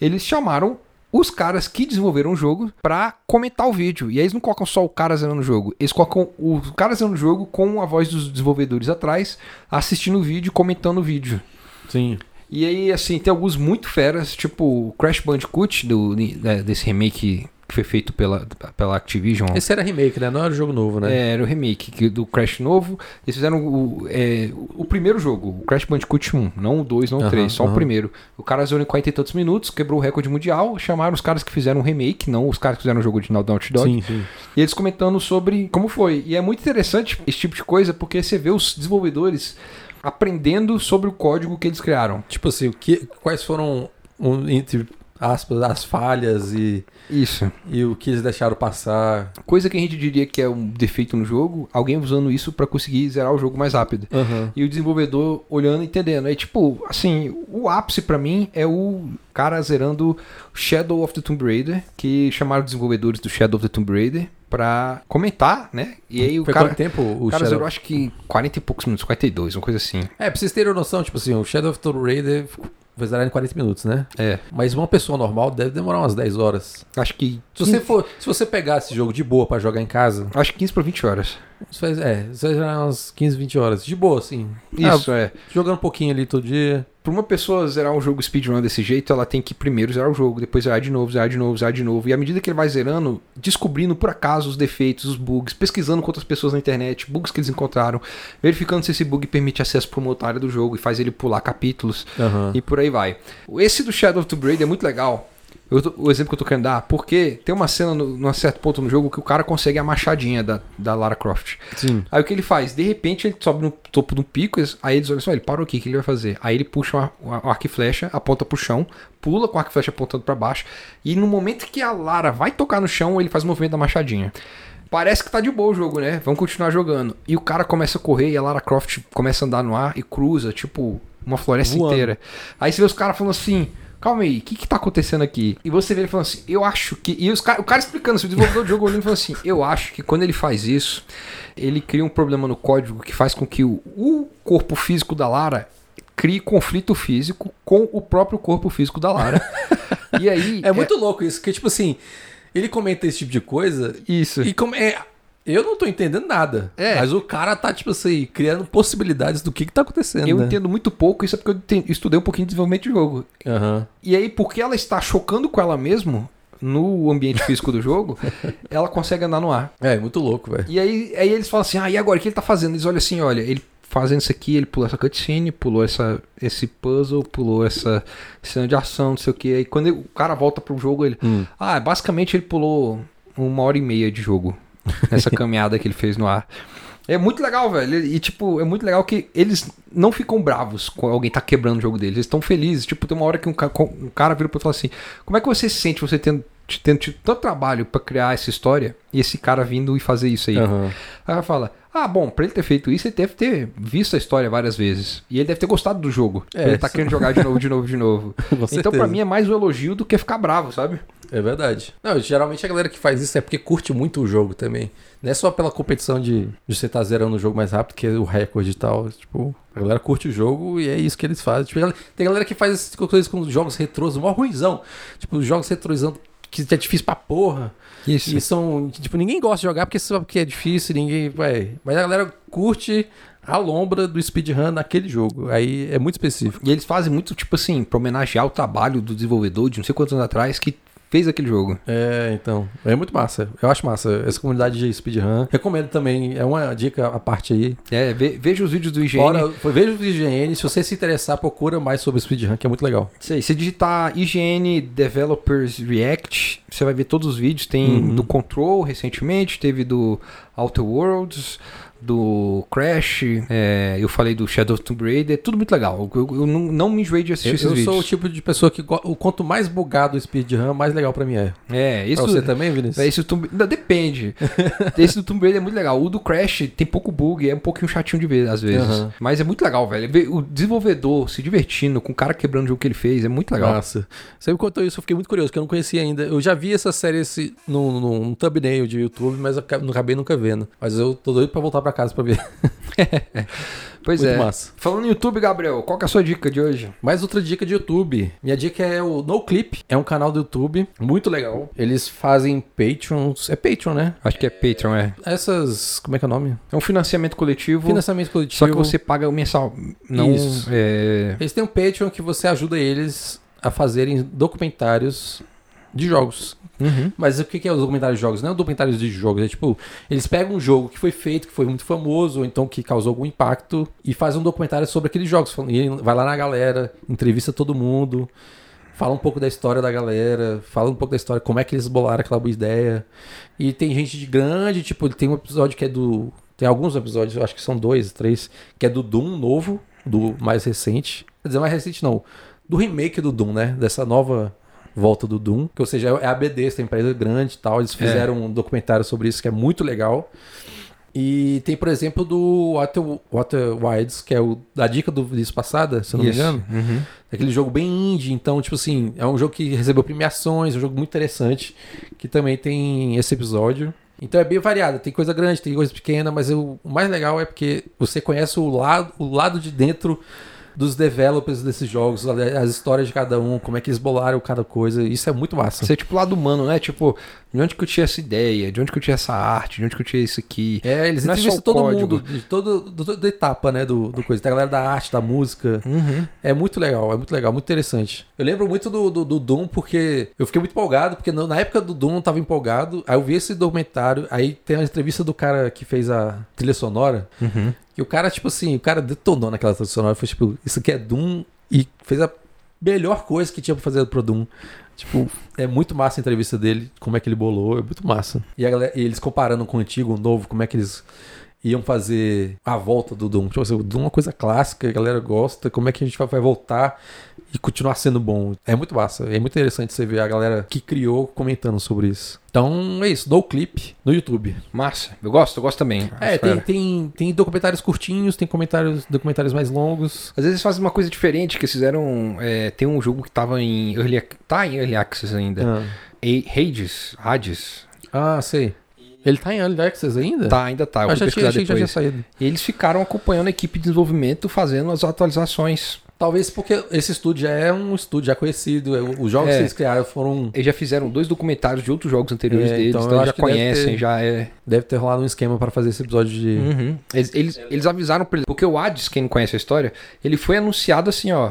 Speaker 1: eles chamaram os caras que desenvolveram o jogo pra comentar o vídeo. E aí eles não colocam só o cara zerando o jogo, eles colocam o cara zerando o jogo com a voz dos desenvolvedores atrás, assistindo o vídeo, comentando o vídeo.
Speaker 2: Sim.
Speaker 1: E aí, assim, tem alguns muito feras, tipo o Crash Bandicoot, do, né, desse remake que foi feito pela, pela Activision.
Speaker 2: Esse era remake, né? Não era jogo novo, né?
Speaker 1: É, era o remake que- do Crash novo. Eles fizeram o, é, o primeiro jogo, o Crash Bandicoot 1. Não o 2, não o
Speaker 2: Aham,
Speaker 1: 3, só o
Speaker 2: aham.
Speaker 1: primeiro. O cara zerou em 40 e tantos minutos, quebrou o recorde mundial. Chamaram os caras que fizeram o remake, não os caras que fizeram o jogo original do Naughty Dog.
Speaker 2: Sim, sim.
Speaker 1: E eles comentando sobre como foi. E é muito interessante esse tipo de coisa, porque você vê os desenvolvedores aprendendo sobre o código que eles criaram.
Speaker 2: Tipo assim, o que, quais foram, um, entre aspas, as falhas e,
Speaker 1: Isso.
Speaker 2: e o que eles deixaram passar?
Speaker 1: Coisa que a gente diria que é um defeito no jogo, alguém usando isso pra conseguir zerar o jogo mais rápido. E o desenvolvedor olhando e entendendo. É tipo, assim, o ápice pra mim é o cara zerando Shadow of the Tomb Raider, que chamaram os desenvolvedores do Shadow of the Tomb Raider pra comentar, né? E aí o
Speaker 2: Foi
Speaker 1: cara,
Speaker 2: quanto tempo o
Speaker 1: o cara
Speaker 2: Shadow...
Speaker 1: zerou acho que 40 e poucos minutos, 42, uma coisa assim.
Speaker 2: É, pra vocês terem uma noção, tipo assim, o Shadow of the Tomb Raider vai zerar em 40 minutos, né?
Speaker 1: É,
Speaker 2: Mas uma pessoa normal deve demorar umas 10 horas.
Speaker 1: acho que
Speaker 2: Se você,
Speaker 1: 15,
Speaker 2: for, se você pegar esse jogo de boa pra jogar em casa,
Speaker 1: acho que 15 pra 20 horas.
Speaker 2: isso faz, é, isso vai gerar umas 15, 20 horas. De boa, assim.
Speaker 1: Isso, é.
Speaker 2: Ah, jogando um pouquinho ali todo dia.
Speaker 1: Pra uma pessoa zerar um jogo speedrun desse jeito, ela tem que primeiro zerar o jogo, depois zerar de novo, zerar de novo, zerar de novo. E à medida que ele vai zerando, descobrindo por acaso os defeitos, os bugs, pesquisando com outras pessoas na internet, bugs que eles encontraram, verificando se esse bug permite acesso pra uma outra área do jogo e faz ele pular capítulos
Speaker 2: Aham.
Speaker 1: e por aí vai. Esse do Shadow of the Braid é muito legal. Eu tô- o exemplo que eu tô querendo dar, porque tem uma cena, no, num certo ponto no jogo, que o cara consegue a machadinha da, da Lara Croft.
Speaker 2: Sim.
Speaker 1: Aí o que ele faz? De repente ele sobe no topo de um pico, eles- aí eles olham só, ele parou aqui, o que ele vai fazer? Aí ele puxa o ar- o arco e flecha, aponta pro chão, pula com o arco e flecha apontando pra baixo, e no momento que a Lara vai tocar no chão, ele faz o movimento da machadinha. Parece que tá de boa o jogo, né? Vamos continuar jogando. E o cara começa a correr e a Lara Croft começa a andar no ar e cruza, tipo, uma floresta
Speaker 2: Voando.
Speaker 1: inteira. Aí você vê os caras falando assim. Calma aí, o que que tá acontecendo aqui? E você vê ele falando assim, eu acho que... E os ca- o cara explicando, assim, o desenvolvedor do jogo olhando e falando assim, eu acho que quando ele faz isso, ele cria um problema no código que faz com que o, o corpo físico da Lara crie conflito físico com o próprio corpo físico da Lara. e aí...
Speaker 2: É muito louco isso, porque, tipo assim, ele comenta esse tipo de coisa
Speaker 1: Isso.
Speaker 2: e como é. Eu não tô entendendo nada.
Speaker 1: É.
Speaker 2: Mas o cara tá, tipo assim, criando possibilidades do que que tá acontecendo.
Speaker 1: Eu
Speaker 2: né?
Speaker 1: entendo muito pouco, isso é porque eu te- estudei um pouquinho de desenvolvimento de jogo.
Speaker 2: Aham.
Speaker 1: E aí, porque ela está chocando com ela mesma no ambiente físico do jogo, ela consegue andar no ar.
Speaker 2: É, muito louco, velho.
Speaker 1: E aí, aí eles falam assim: ah, e agora? O que ele tá fazendo? Eles olham assim: olha, ele fazendo isso aqui, ele pulou essa cutscene, pulou essa, esse puzzle, pulou essa cena de ação, não sei o que. Aí quando ele- o cara volta pro jogo, ele.
Speaker 2: Hum.
Speaker 1: Ah, basicamente ele pulou uma hora e meia de jogo nessa caminhada que ele fez no ar. É muito legal, velho. E, tipo, é muito legal que eles não ficam bravos quando alguém tá quebrando o jogo deles. Eles estão felizes. Tipo, tem uma hora que um, ca- um cara vira pra ele e fala assim: Como é que você se sente você tendo, te- tendo tido tanto trabalho pra criar essa história e esse cara vindo e fazer isso aí?
Speaker 2: Aham.
Speaker 1: Aí ela fala: Ah, bom, pra ele ter feito isso, ele deve ter visto a história várias vezes. E ele deve ter gostado do jogo.
Speaker 2: É,
Speaker 1: ele tá
Speaker 2: isso-
Speaker 1: querendo jogar de novo, de novo, de novo.
Speaker 2: Com
Speaker 1: então,
Speaker 2: certeza.
Speaker 1: pra mim, é mais um elogio do que ficar bravo, sabe?
Speaker 2: É verdade. Não, geralmente a galera que faz isso é porque curte muito o jogo também. Não é só pela competição de, de você estar zerando o jogo mais rápido que é o recorde e tal. Tipo, a galera curte o jogo e é isso que eles fazem. Tipo, gal- tem galera que faz essas coisas com jogos retrôs, mó ruizão. Tipo, jogos retrosão que é difícil pra porra.
Speaker 1: Isso.
Speaker 2: E são, tipo, ninguém gosta de jogar porque sabe que é difícil, ninguém vai. Mas a galera curte a lombra do speedrun naquele jogo. Aí é muito específico.
Speaker 1: E eles fazem muito, tipo assim, pra homenagear o trabalho do desenvolvedor de não sei quantos anos atrás que fez aquele jogo.
Speaker 2: É, então. É muito massa. Eu acho massa. Essa comunidade de speedrun. Recomendo também. É uma dica à parte aí.
Speaker 1: É, ve- veja os vídeos do IGN.
Speaker 2: Fora, veja o IGN. Se você se interessar, procura mais sobre speedrun, que é muito legal.
Speaker 1: Sei, se digitar IGN Developers React, você vai ver todos os vídeos. Tem
Speaker 2: Uhum.
Speaker 1: do Control recentemente, teve do Outer Worlds, do Crash, é, eu falei do Shadow of Tomb Raider, tudo muito legal. Eu, eu não, não me enjoei de assistir
Speaker 2: Eu,
Speaker 1: esses
Speaker 2: eu sou o
Speaker 1: vídeos.
Speaker 2: tipo de pessoa que go- o quanto mais bugado o speedrun, mais legal pra mim é.
Speaker 1: É,
Speaker 2: Pra
Speaker 1: isso
Speaker 2: você também, Vinícius?
Speaker 1: É, esse do Tomb... não, depende. esse do Tomb Raider é muito legal. O do Crash tem pouco bug, é um pouquinho chatinho de ver às vezes.
Speaker 2: Aham.
Speaker 1: Mas é muito legal, velho. Ver O desenvolvedor se divertindo com o cara quebrando o jogo que ele fez é muito legal.
Speaker 2: Massa. Você me contou isso, eu fiquei muito curioso, porque eu não conhecia ainda. Eu já vi essa série esse, num, num thumbnail de YouTube, mas eu ca- não acabei nunca vendo. Mas eu tô doido pra voltar pra casa pra ver.
Speaker 1: pois
Speaker 2: muito
Speaker 1: é.
Speaker 2: massa.
Speaker 1: Falando no YouTube, Gabriel, qual que é a sua dica de hoje?
Speaker 2: Mais outra dica de YouTube. Minha dica é o NoClip. É um canal do YouTube muito legal. Eles fazem Patreons. É Patreon, né?
Speaker 1: Acho que é Patreon, é.
Speaker 2: Essas. Como é que é o nome?
Speaker 1: É um financiamento coletivo,
Speaker 2: Financiamento coletivo.
Speaker 1: só que você paga o mensal. Não,
Speaker 2: Isso.
Speaker 1: é,
Speaker 2: Eles têm um Patreon que você ajuda eles a fazerem documentários de jogos. Mas o que que é os documentários de jogos? Não é documentários de jogos, é tipo, eles pegam um jogo que foi feito, que foi muito famoso, ou então que causou algum impacto, e fazem um documentário sobre aqueles jogos. Falam- E vai lá na galera, entrevista todo mundo, fala um pouco da história da galera, fala um pouco da história, como é que eles bolaram aquela boa ideia. E tem gente de grande, tipo, tem um episódio que é do. Tem alguns episódios, eu acho que são dois, três, que é do Doom novo, do mais recente. Quer dizer, mais recente não. Do remake do Doom, né? Dessa nova volta do Doom. Que, ou seja, é a ABD, essa empresa grande e tal. Eles fizeram um documentário sobre isso que é muito legal. E tem, por exemplo, do Water, Water Wilds, que é o, da dica do vídeo passada, se eu não
Speaker 1: Isso.
Speaker 2: me engano.
Speaker 1: Uhum.
Speaker 2: É aquele jogo bem indie, então, tipo assim, é um jogo que recebeu premiações, é um jogo muito interessante, que também tem esse episódio. Então é bem variado, tem coisa grande, tem coisa pequena, mas eu- o mais legal é porque você conhece o lado, o lado de dentro dos developers desses jogos, as histórias de cada um, como é que eles bolaram cada coisa, isso é muito massa.
Speaker 1: Ser tipo lado humano, né? Tipo, de onde que eu tinha essa ideia? De onde que eu tinha essa arte? De onde que eu tinha isso aqui?
Speaker 2: É, eles
Speaker 1: Não é só
Speaker 2: entrevistam
Speaker 1: o
Speaker 2: todo
Speaker 1: código.
Speaker 2: mundo, de todo, de toda etapa, né, do, do coisa. Tem a galera da arte, da música,
Speaker 1: Uhum.
Speaker 2: É muito legal, é muito legal, muito interessante. Eu lembro muito do, do, do Doom, porque eu fiquei muito empolgado, porque na na época do Doom eu tava empolgado, aí eu vi esse documentário, aí tem a entrevista do cara que fez a trilha sonora,
Speaker 1: Uhum.
Speaker 2: que o cara, tipo assim, o cara detonou naquela trilha sonora, foi tipo, isso aqui é Doom, e fez a melhor coisa que tinha pra fazer pro Doom. Tipo, é muito massa a entrevista dele, como é que ele bolou, é muito massa. E, a galera- e eles comparando com o antigo, o novo, como é que eles iam fazer a volta do Doom. Tipo assim, o Doom é uma coisa clássica, a galera gosta, como é que a gente vai- vai voltar e continuar sendo bom. É muito massa, é muito interessante você ver a galera que criou comentando sobre isso. Então é isso, dou o clipe no YouTube.
Speaker 1: Massa. Eu gosto, eu gosto também.
Speaker 2: É,
Speaker 1: Acho
Speaker 2: tem,
Speaker 1: fera.
Speaker 2: tem, tem documentários curtinhos, tem comentários, documentários mais longos.
Speaker 1: Às vezes fazem uma coisa diferente, que eles fizeram. é, tem um jogo que tava em Early Ac- Tá em Early Access ainda. E- Hades. Hades.
Speaker 2: Ah, sei. Ele tá em Early Access ainda?
Speaker 1: Tá, ainda tá. Eu
Speaker 2: Ah,
Speaker 1: vou
Speaker 2: já tinha,
Speaker 1: pesquisar
Speaker 2: achei que já tinha
Speaker 1: depois.
Speaker 2: saído.
Speaker 1: E eles ficaram acompanhando a equipe de desenvolvimento fazendo as atualizações.
Speaker 2: Talvez porque esse estúdio já é um estúdio já conhecido. é, Os jogos
Speaker 1: É.
Speaker 2: que eles criaram foram.
Speaker 1: Eles já fizeram dois documentários de outros jogos anteriores
Speaker 2: É,
Speaker 1: deles,
Speaker 2: então
Speaker 1: então,
Speaker 2: eu
Speaker 1: eles
Speaker 2: acho
Speaker 1: já
Speaker 2: que deve
Speaker 1: conhecem,
Speaker 2: ter-
Speaker 1: já é.
Speaker 2: Deve ter rolado um esquema pra fazer esse episódio de.
Speaker 1: Uhum. Eles, eles, eles avisaram pra ele, porque o Hades, quem não conhece a história, ele foi anunciado assim, ó.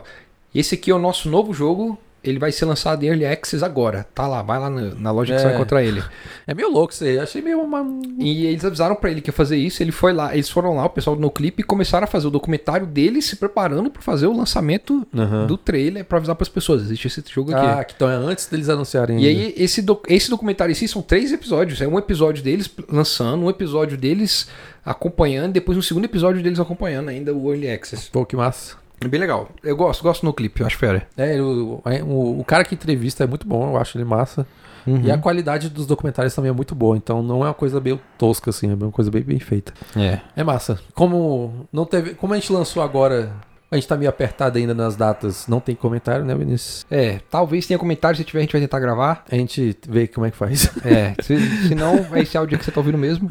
Speaker 1: Esse aqui é o nosso novo jogo ele vai ser lançado em Early Access agora. Tá lá, vai lá na, na loja que você vai
Speaker 2: É.
Speaker 1: encontrar ele.
Speaker 2: É meio louco isso aí. Achei meio uma.
Speaker 1: E eles avisaram pra ele que ia fazer isso, ele foi lá, eles foram lá, o pessoal do No Clip, e começaram a fazer o documentário dele se preparando pra fazer o lançamento do trailer pra avisar pras pessoas, existe esse jogo aqui.
Speaker 2: Ah, que então é antes deles anunciarem.
Speaker 1: E
Speaker 2: ainda.
Speaker 1: aí, esse, doc- esse documentário em si são três episódios. É um episódio deles lançando, um episódio deles acompanhando, depois um segundo episódio deles acompanhando ainda o Early Access.
Speaker 2: Pô, que massa.
Speaker 1: É bem legal. Eu gosto, gosto no clipe, eu acho fera.
Speaker 2: É, o, é, o, o cara que entrevista é muito bom, eu acho ele massa.
Speaker 1: Uhum.
Speaker 2: E a qualidade dos documentários também é muito boa, então não é uma coisa meio tosca, assim, é uma coisa bem, bem feita.
Speaker 1: É.
Speaker 2: É massa. Como não teve. Como a gente lançou agora, a gente tá meio apertado ainda nas datas, não tem comentário, né, Vinícius?
Speaker 1: É, talvez tenha comentário, se tiver a gente vai tentar gravar.
Speaker 2: A gente vê como é que faz.
Speaker 1: É, se, se não, é esse áudio que você tá ouvindo mesmo.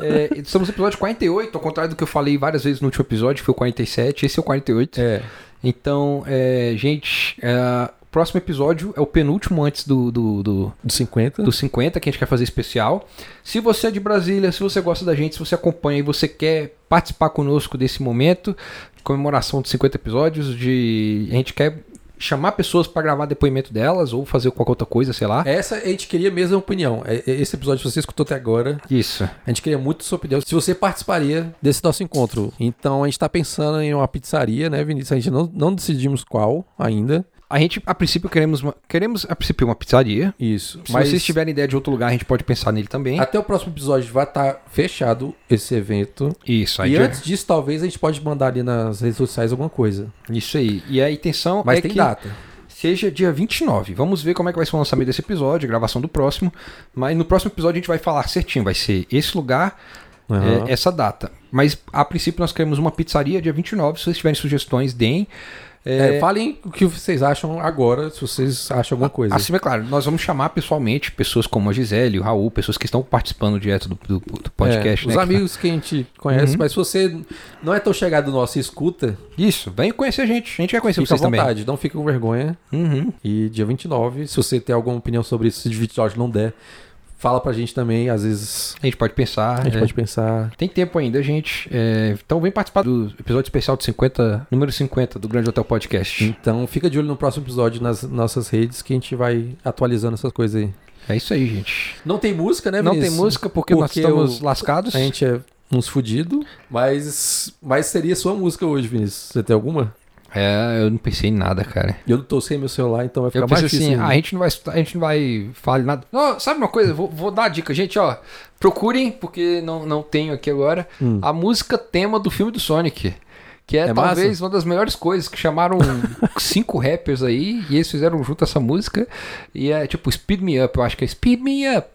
Speaker 1: É, estamos no episódio 48, ao contrário do que eu falei várias vezes no último episódio, que foi o 47, esse é o 48.
Speaker 2: É.
Speaker 1: Então, é, gente, é, o próximo episódio é o penúltimo antes do- do- do,
Speaker 2: Dos 50.
Speaker 1: dos 50 que a gente quer fazer especial. Se você é de Brasília, se você gosta da gente, se você acompanha e você quer participar conosco desse momento, de comemoração dos 50 episódios, de a gente quer chamar pessoas pra gravar depoimento delas ou fazer qualquer outra coisa, sei lá.
Speaker 2: Essa a gente queria mesmo a opinião. É, é, Esse episódio, se você escutou até agora,
Speaker 1: Isso.
Speaker 2: a gente queria muito sua opinião. Se você participaria desse nosso encontro. Então a gente tá pensando em uma pizzaria, né, Vinícius? A gente não, não decidimos qual ainda.
Speaker 1: A gente, a princípio, queremos, uma- queremos a princípio uma pizzaria.
Speaker 2: Isso.
Speaker 1: Se
Speaker 2: mas
Speaker 1: vocês tiverem ideia de outro lugar, a gente pode pensar nele também.
Speaker 2: até o próximo episódio vai estar fechado esse evento.
Speaker 1: Isso, aí
Speaker 2: e
Speaker 1: já-
Speaker 2: antes disso, talvez a gente pode mandar ali nas redes sociais alguma coisa.
Speaker 1: isso aí. E a intenção
Speaker 2: Mas
Speaker 1: é
Speaker 2: tem
Speaker 1: que
Speaker 2: data.
Speaker 1: seja dia 29. Vamos ver como é que vai ser o lançamento desse episódio, a gravação do próximo. Mas no próximo episódio a gente vai falar certinho. Vai ser esse lugar,
Speaker 2: Aham.
Speaker 1: é, essa data. Mas a princípio nós queremos uma pizzaria dia 29. Se vocês tiverem sugestões, deem.
Speaker 2: É, falem o que vocês acham agora, se vocês acham alguma coisa.
Speaker 1: Assim, é claro, nós vamos chamar pessoalmente pessoas como a Gisele, o Raul, pessoas que estão participando direto do, do- do podcast.
Speaker 2: É,
Speaker 1: né,
Speaker 2: os
Speaker 1: Uhum. que tá-
Speaker 2: amigos que a gente conhece, mas se você não é tão chegado nosso e escuta,
Speaker 1: Isso, vem conhecer a gente. A gente quer conhecer
Speaker 2: fica à
Speaker 1: é vocês também.
Speaker 2: vontade, não fica com vergonha.
Speaker 1: Uhum.
Speaker 2: E dia 29, se você tem alguma opinião sobre isso, se de episódio não der, fala pra gente também, às vezes
Speaker 1: A gente pode pensar.
Speaker 2: a gente
Speaker 1: é.
Speaker 2: pode pensar.
Speaker 1: Tem tempo ainda, gente. É, então vem participar do episódio especial de 50, número 50 do Grande Hotel Podcast.
Speaker 2: Então fica de olho no próximo episódio nas nossas redes que a gente vai atualizando essas coisas aí.
Speaker 1: É isso aí, gente.
Speaker 2: Não tem música, né,
Speaker 1: não tem
Speaker 2: Vinícius?
Speaker 1: música porque, nós
Speaker 2: Porque
Speaker 1: estamos
Speaker 2: eu-
Speaker 1: lascados.
Speaker 2: A gente é uns fudido, mas mas seria sua música hoje, Vinícius. Você tem alguma?
Speaker 1: É, eu não pensei em nada, cara.
Speaker 2: E Eu não tô sem meu celular, então vai ficar
Speaker 1: eu
Speaker 2: mais
Speaker 1: pensei
Speaker 2: difícil.
Speaker 1: assim,
Speaker 2: ainda.
Speaker 1: ah, a gente não vai escutar- a gente não vai falar nada. Não, sabe uma coisa? Vou, vou dar a dica, gente, ó. Procurem, porque não, não tenho aqui agora,
Speaker 2: Hum.
Speaker 1: a música tema do filme do Sonic. Que é,
Speaker 2: É massa?
Speaker 1: talvez uma das melhores coisas, que chamaram cinco rappers aí, e eles fizeram junto essa música. E é tipo Speed Me Up, eu acho que é Speed Me Up.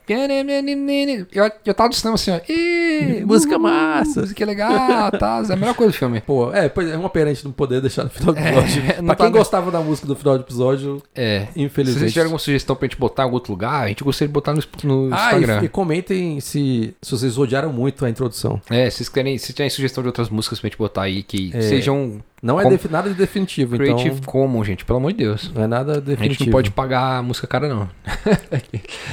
Speaker 1: Eu, eu tava no cinema assim, ó. "Ê,
Speaker 2: Música
Speaker 1: uh,
Speaker 2: massa."
Speaker 1: Música legal, tá? É a melhor coisa do filme.
Speaker 2: Pô, é, pois é uma pena a gente não poder deixar no final do episódio.
Speaker 1: não
Speaker 2: pra
Speaker 1: tá
Speaker 2: quem
Speaker 1: no-
Speaker 2: gostava da música do final do episódio,
Speaker 1: É. Se
Speaker 2: infelizmente.
Speaker 1: vocês tiverem alguma sugestão pra gente botar em algum outro lugar, a gente gostaria de botar no, no
Speaker 2: Ah,
Speaker 1: Instagram.
Speaker 2: e, e comentem se, se vocês odiaram muito a introdução.
Speaker 1: É, se vocês querem, se tiverem sugestão de outras músicas pra gente botar aí que
Speaker 2: É.
Speaker 1: sejam
Speaker 2: Não é
Speaker 1: Com-
Speaker 2: defi- nada de definitivo,
Speaker 1: Creative
Speaker 2: então.
Speaker 1: Commons, gente, pelo amor de Deus.
Speaker 2: Não é nada
Speaker 1: A gente
Speaker 2: definitivo.
Speaker 1: não pode pagar a música cara, não.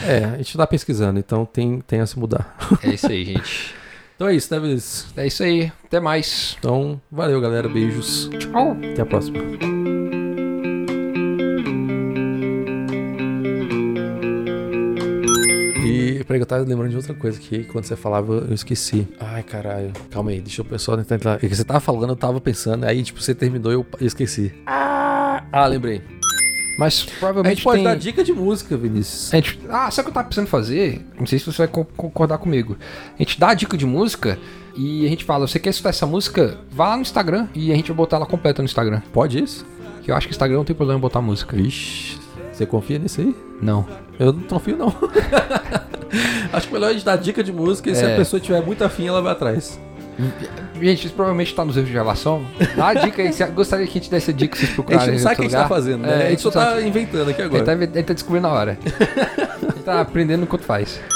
Speaker 2: É, a gente tá pesquisando, então tem, tem a se mudar.
Speaker 1: É isso aí, gente.
Speaker 2: Então é isso, né, Vinícius?
Speaker 1: É isso aí. Até mais.
Speaker 2: Então, valeu, galera. Beijos.
Speaker 1: Tchau.
Speaker 2: Até a próxima. E peraí, que eu tava lembrando de outra coisa que quando você falava eu esqueci. Ai, caralho. Calma aí, deixa eu pensar, tentar lembrar. É que você tava falando, eu tava pensando, aí tipo, você terminou e eu eu esqueci. Ah, lembrei.
Speaker 1: Mas
Speaker 2: A
Speaker 1: provavelmente
Speaker 2: gente pode
Speaker 1: tem-
Speaker 2: dar dica de música, Vinícius.
Speaker 1: A gente- Ah, sabe o que eu tava precisando fazer? Não sei se você vai co- concordar comigo. A gente dá a dica de música e a gente fala, você quer escutar essa música? Vá lá no Instagram e a gente vai botar ela completa no Instagram.
Speaker 2: É, Pode isso?
Speaker 1: Que eu acho que o Instagram não tem problema em botar música.
Speaker 2: Vixe, você confia nisso aí?
Speaker 1: Não.
Speaker 2: Eu não confio, não. Acho que melhor a gente dar dica de música e se
Speaker 1: É.
Speaker 2: a pessoa tiver muito afim, ela vai atrás.
Speaker 1: Gente, isso provavelmente tá nos erros de gravação. Dá a dica aí. se- Gostaria que a gente desse a dica que vocês
Speaker 2: A gente
Speaker 1: procurarem.
Speaker 2: não sabe o que a gente tá fazendo, né? a gente só
Speaker 1: está
Speaker 2: tá inventando aqui
Speaker 1: É, Ele
Speaker 2: agora.
Speaker 1: tá, ele tá descobrindo na hora. ele tá aprendendo enquanto faz.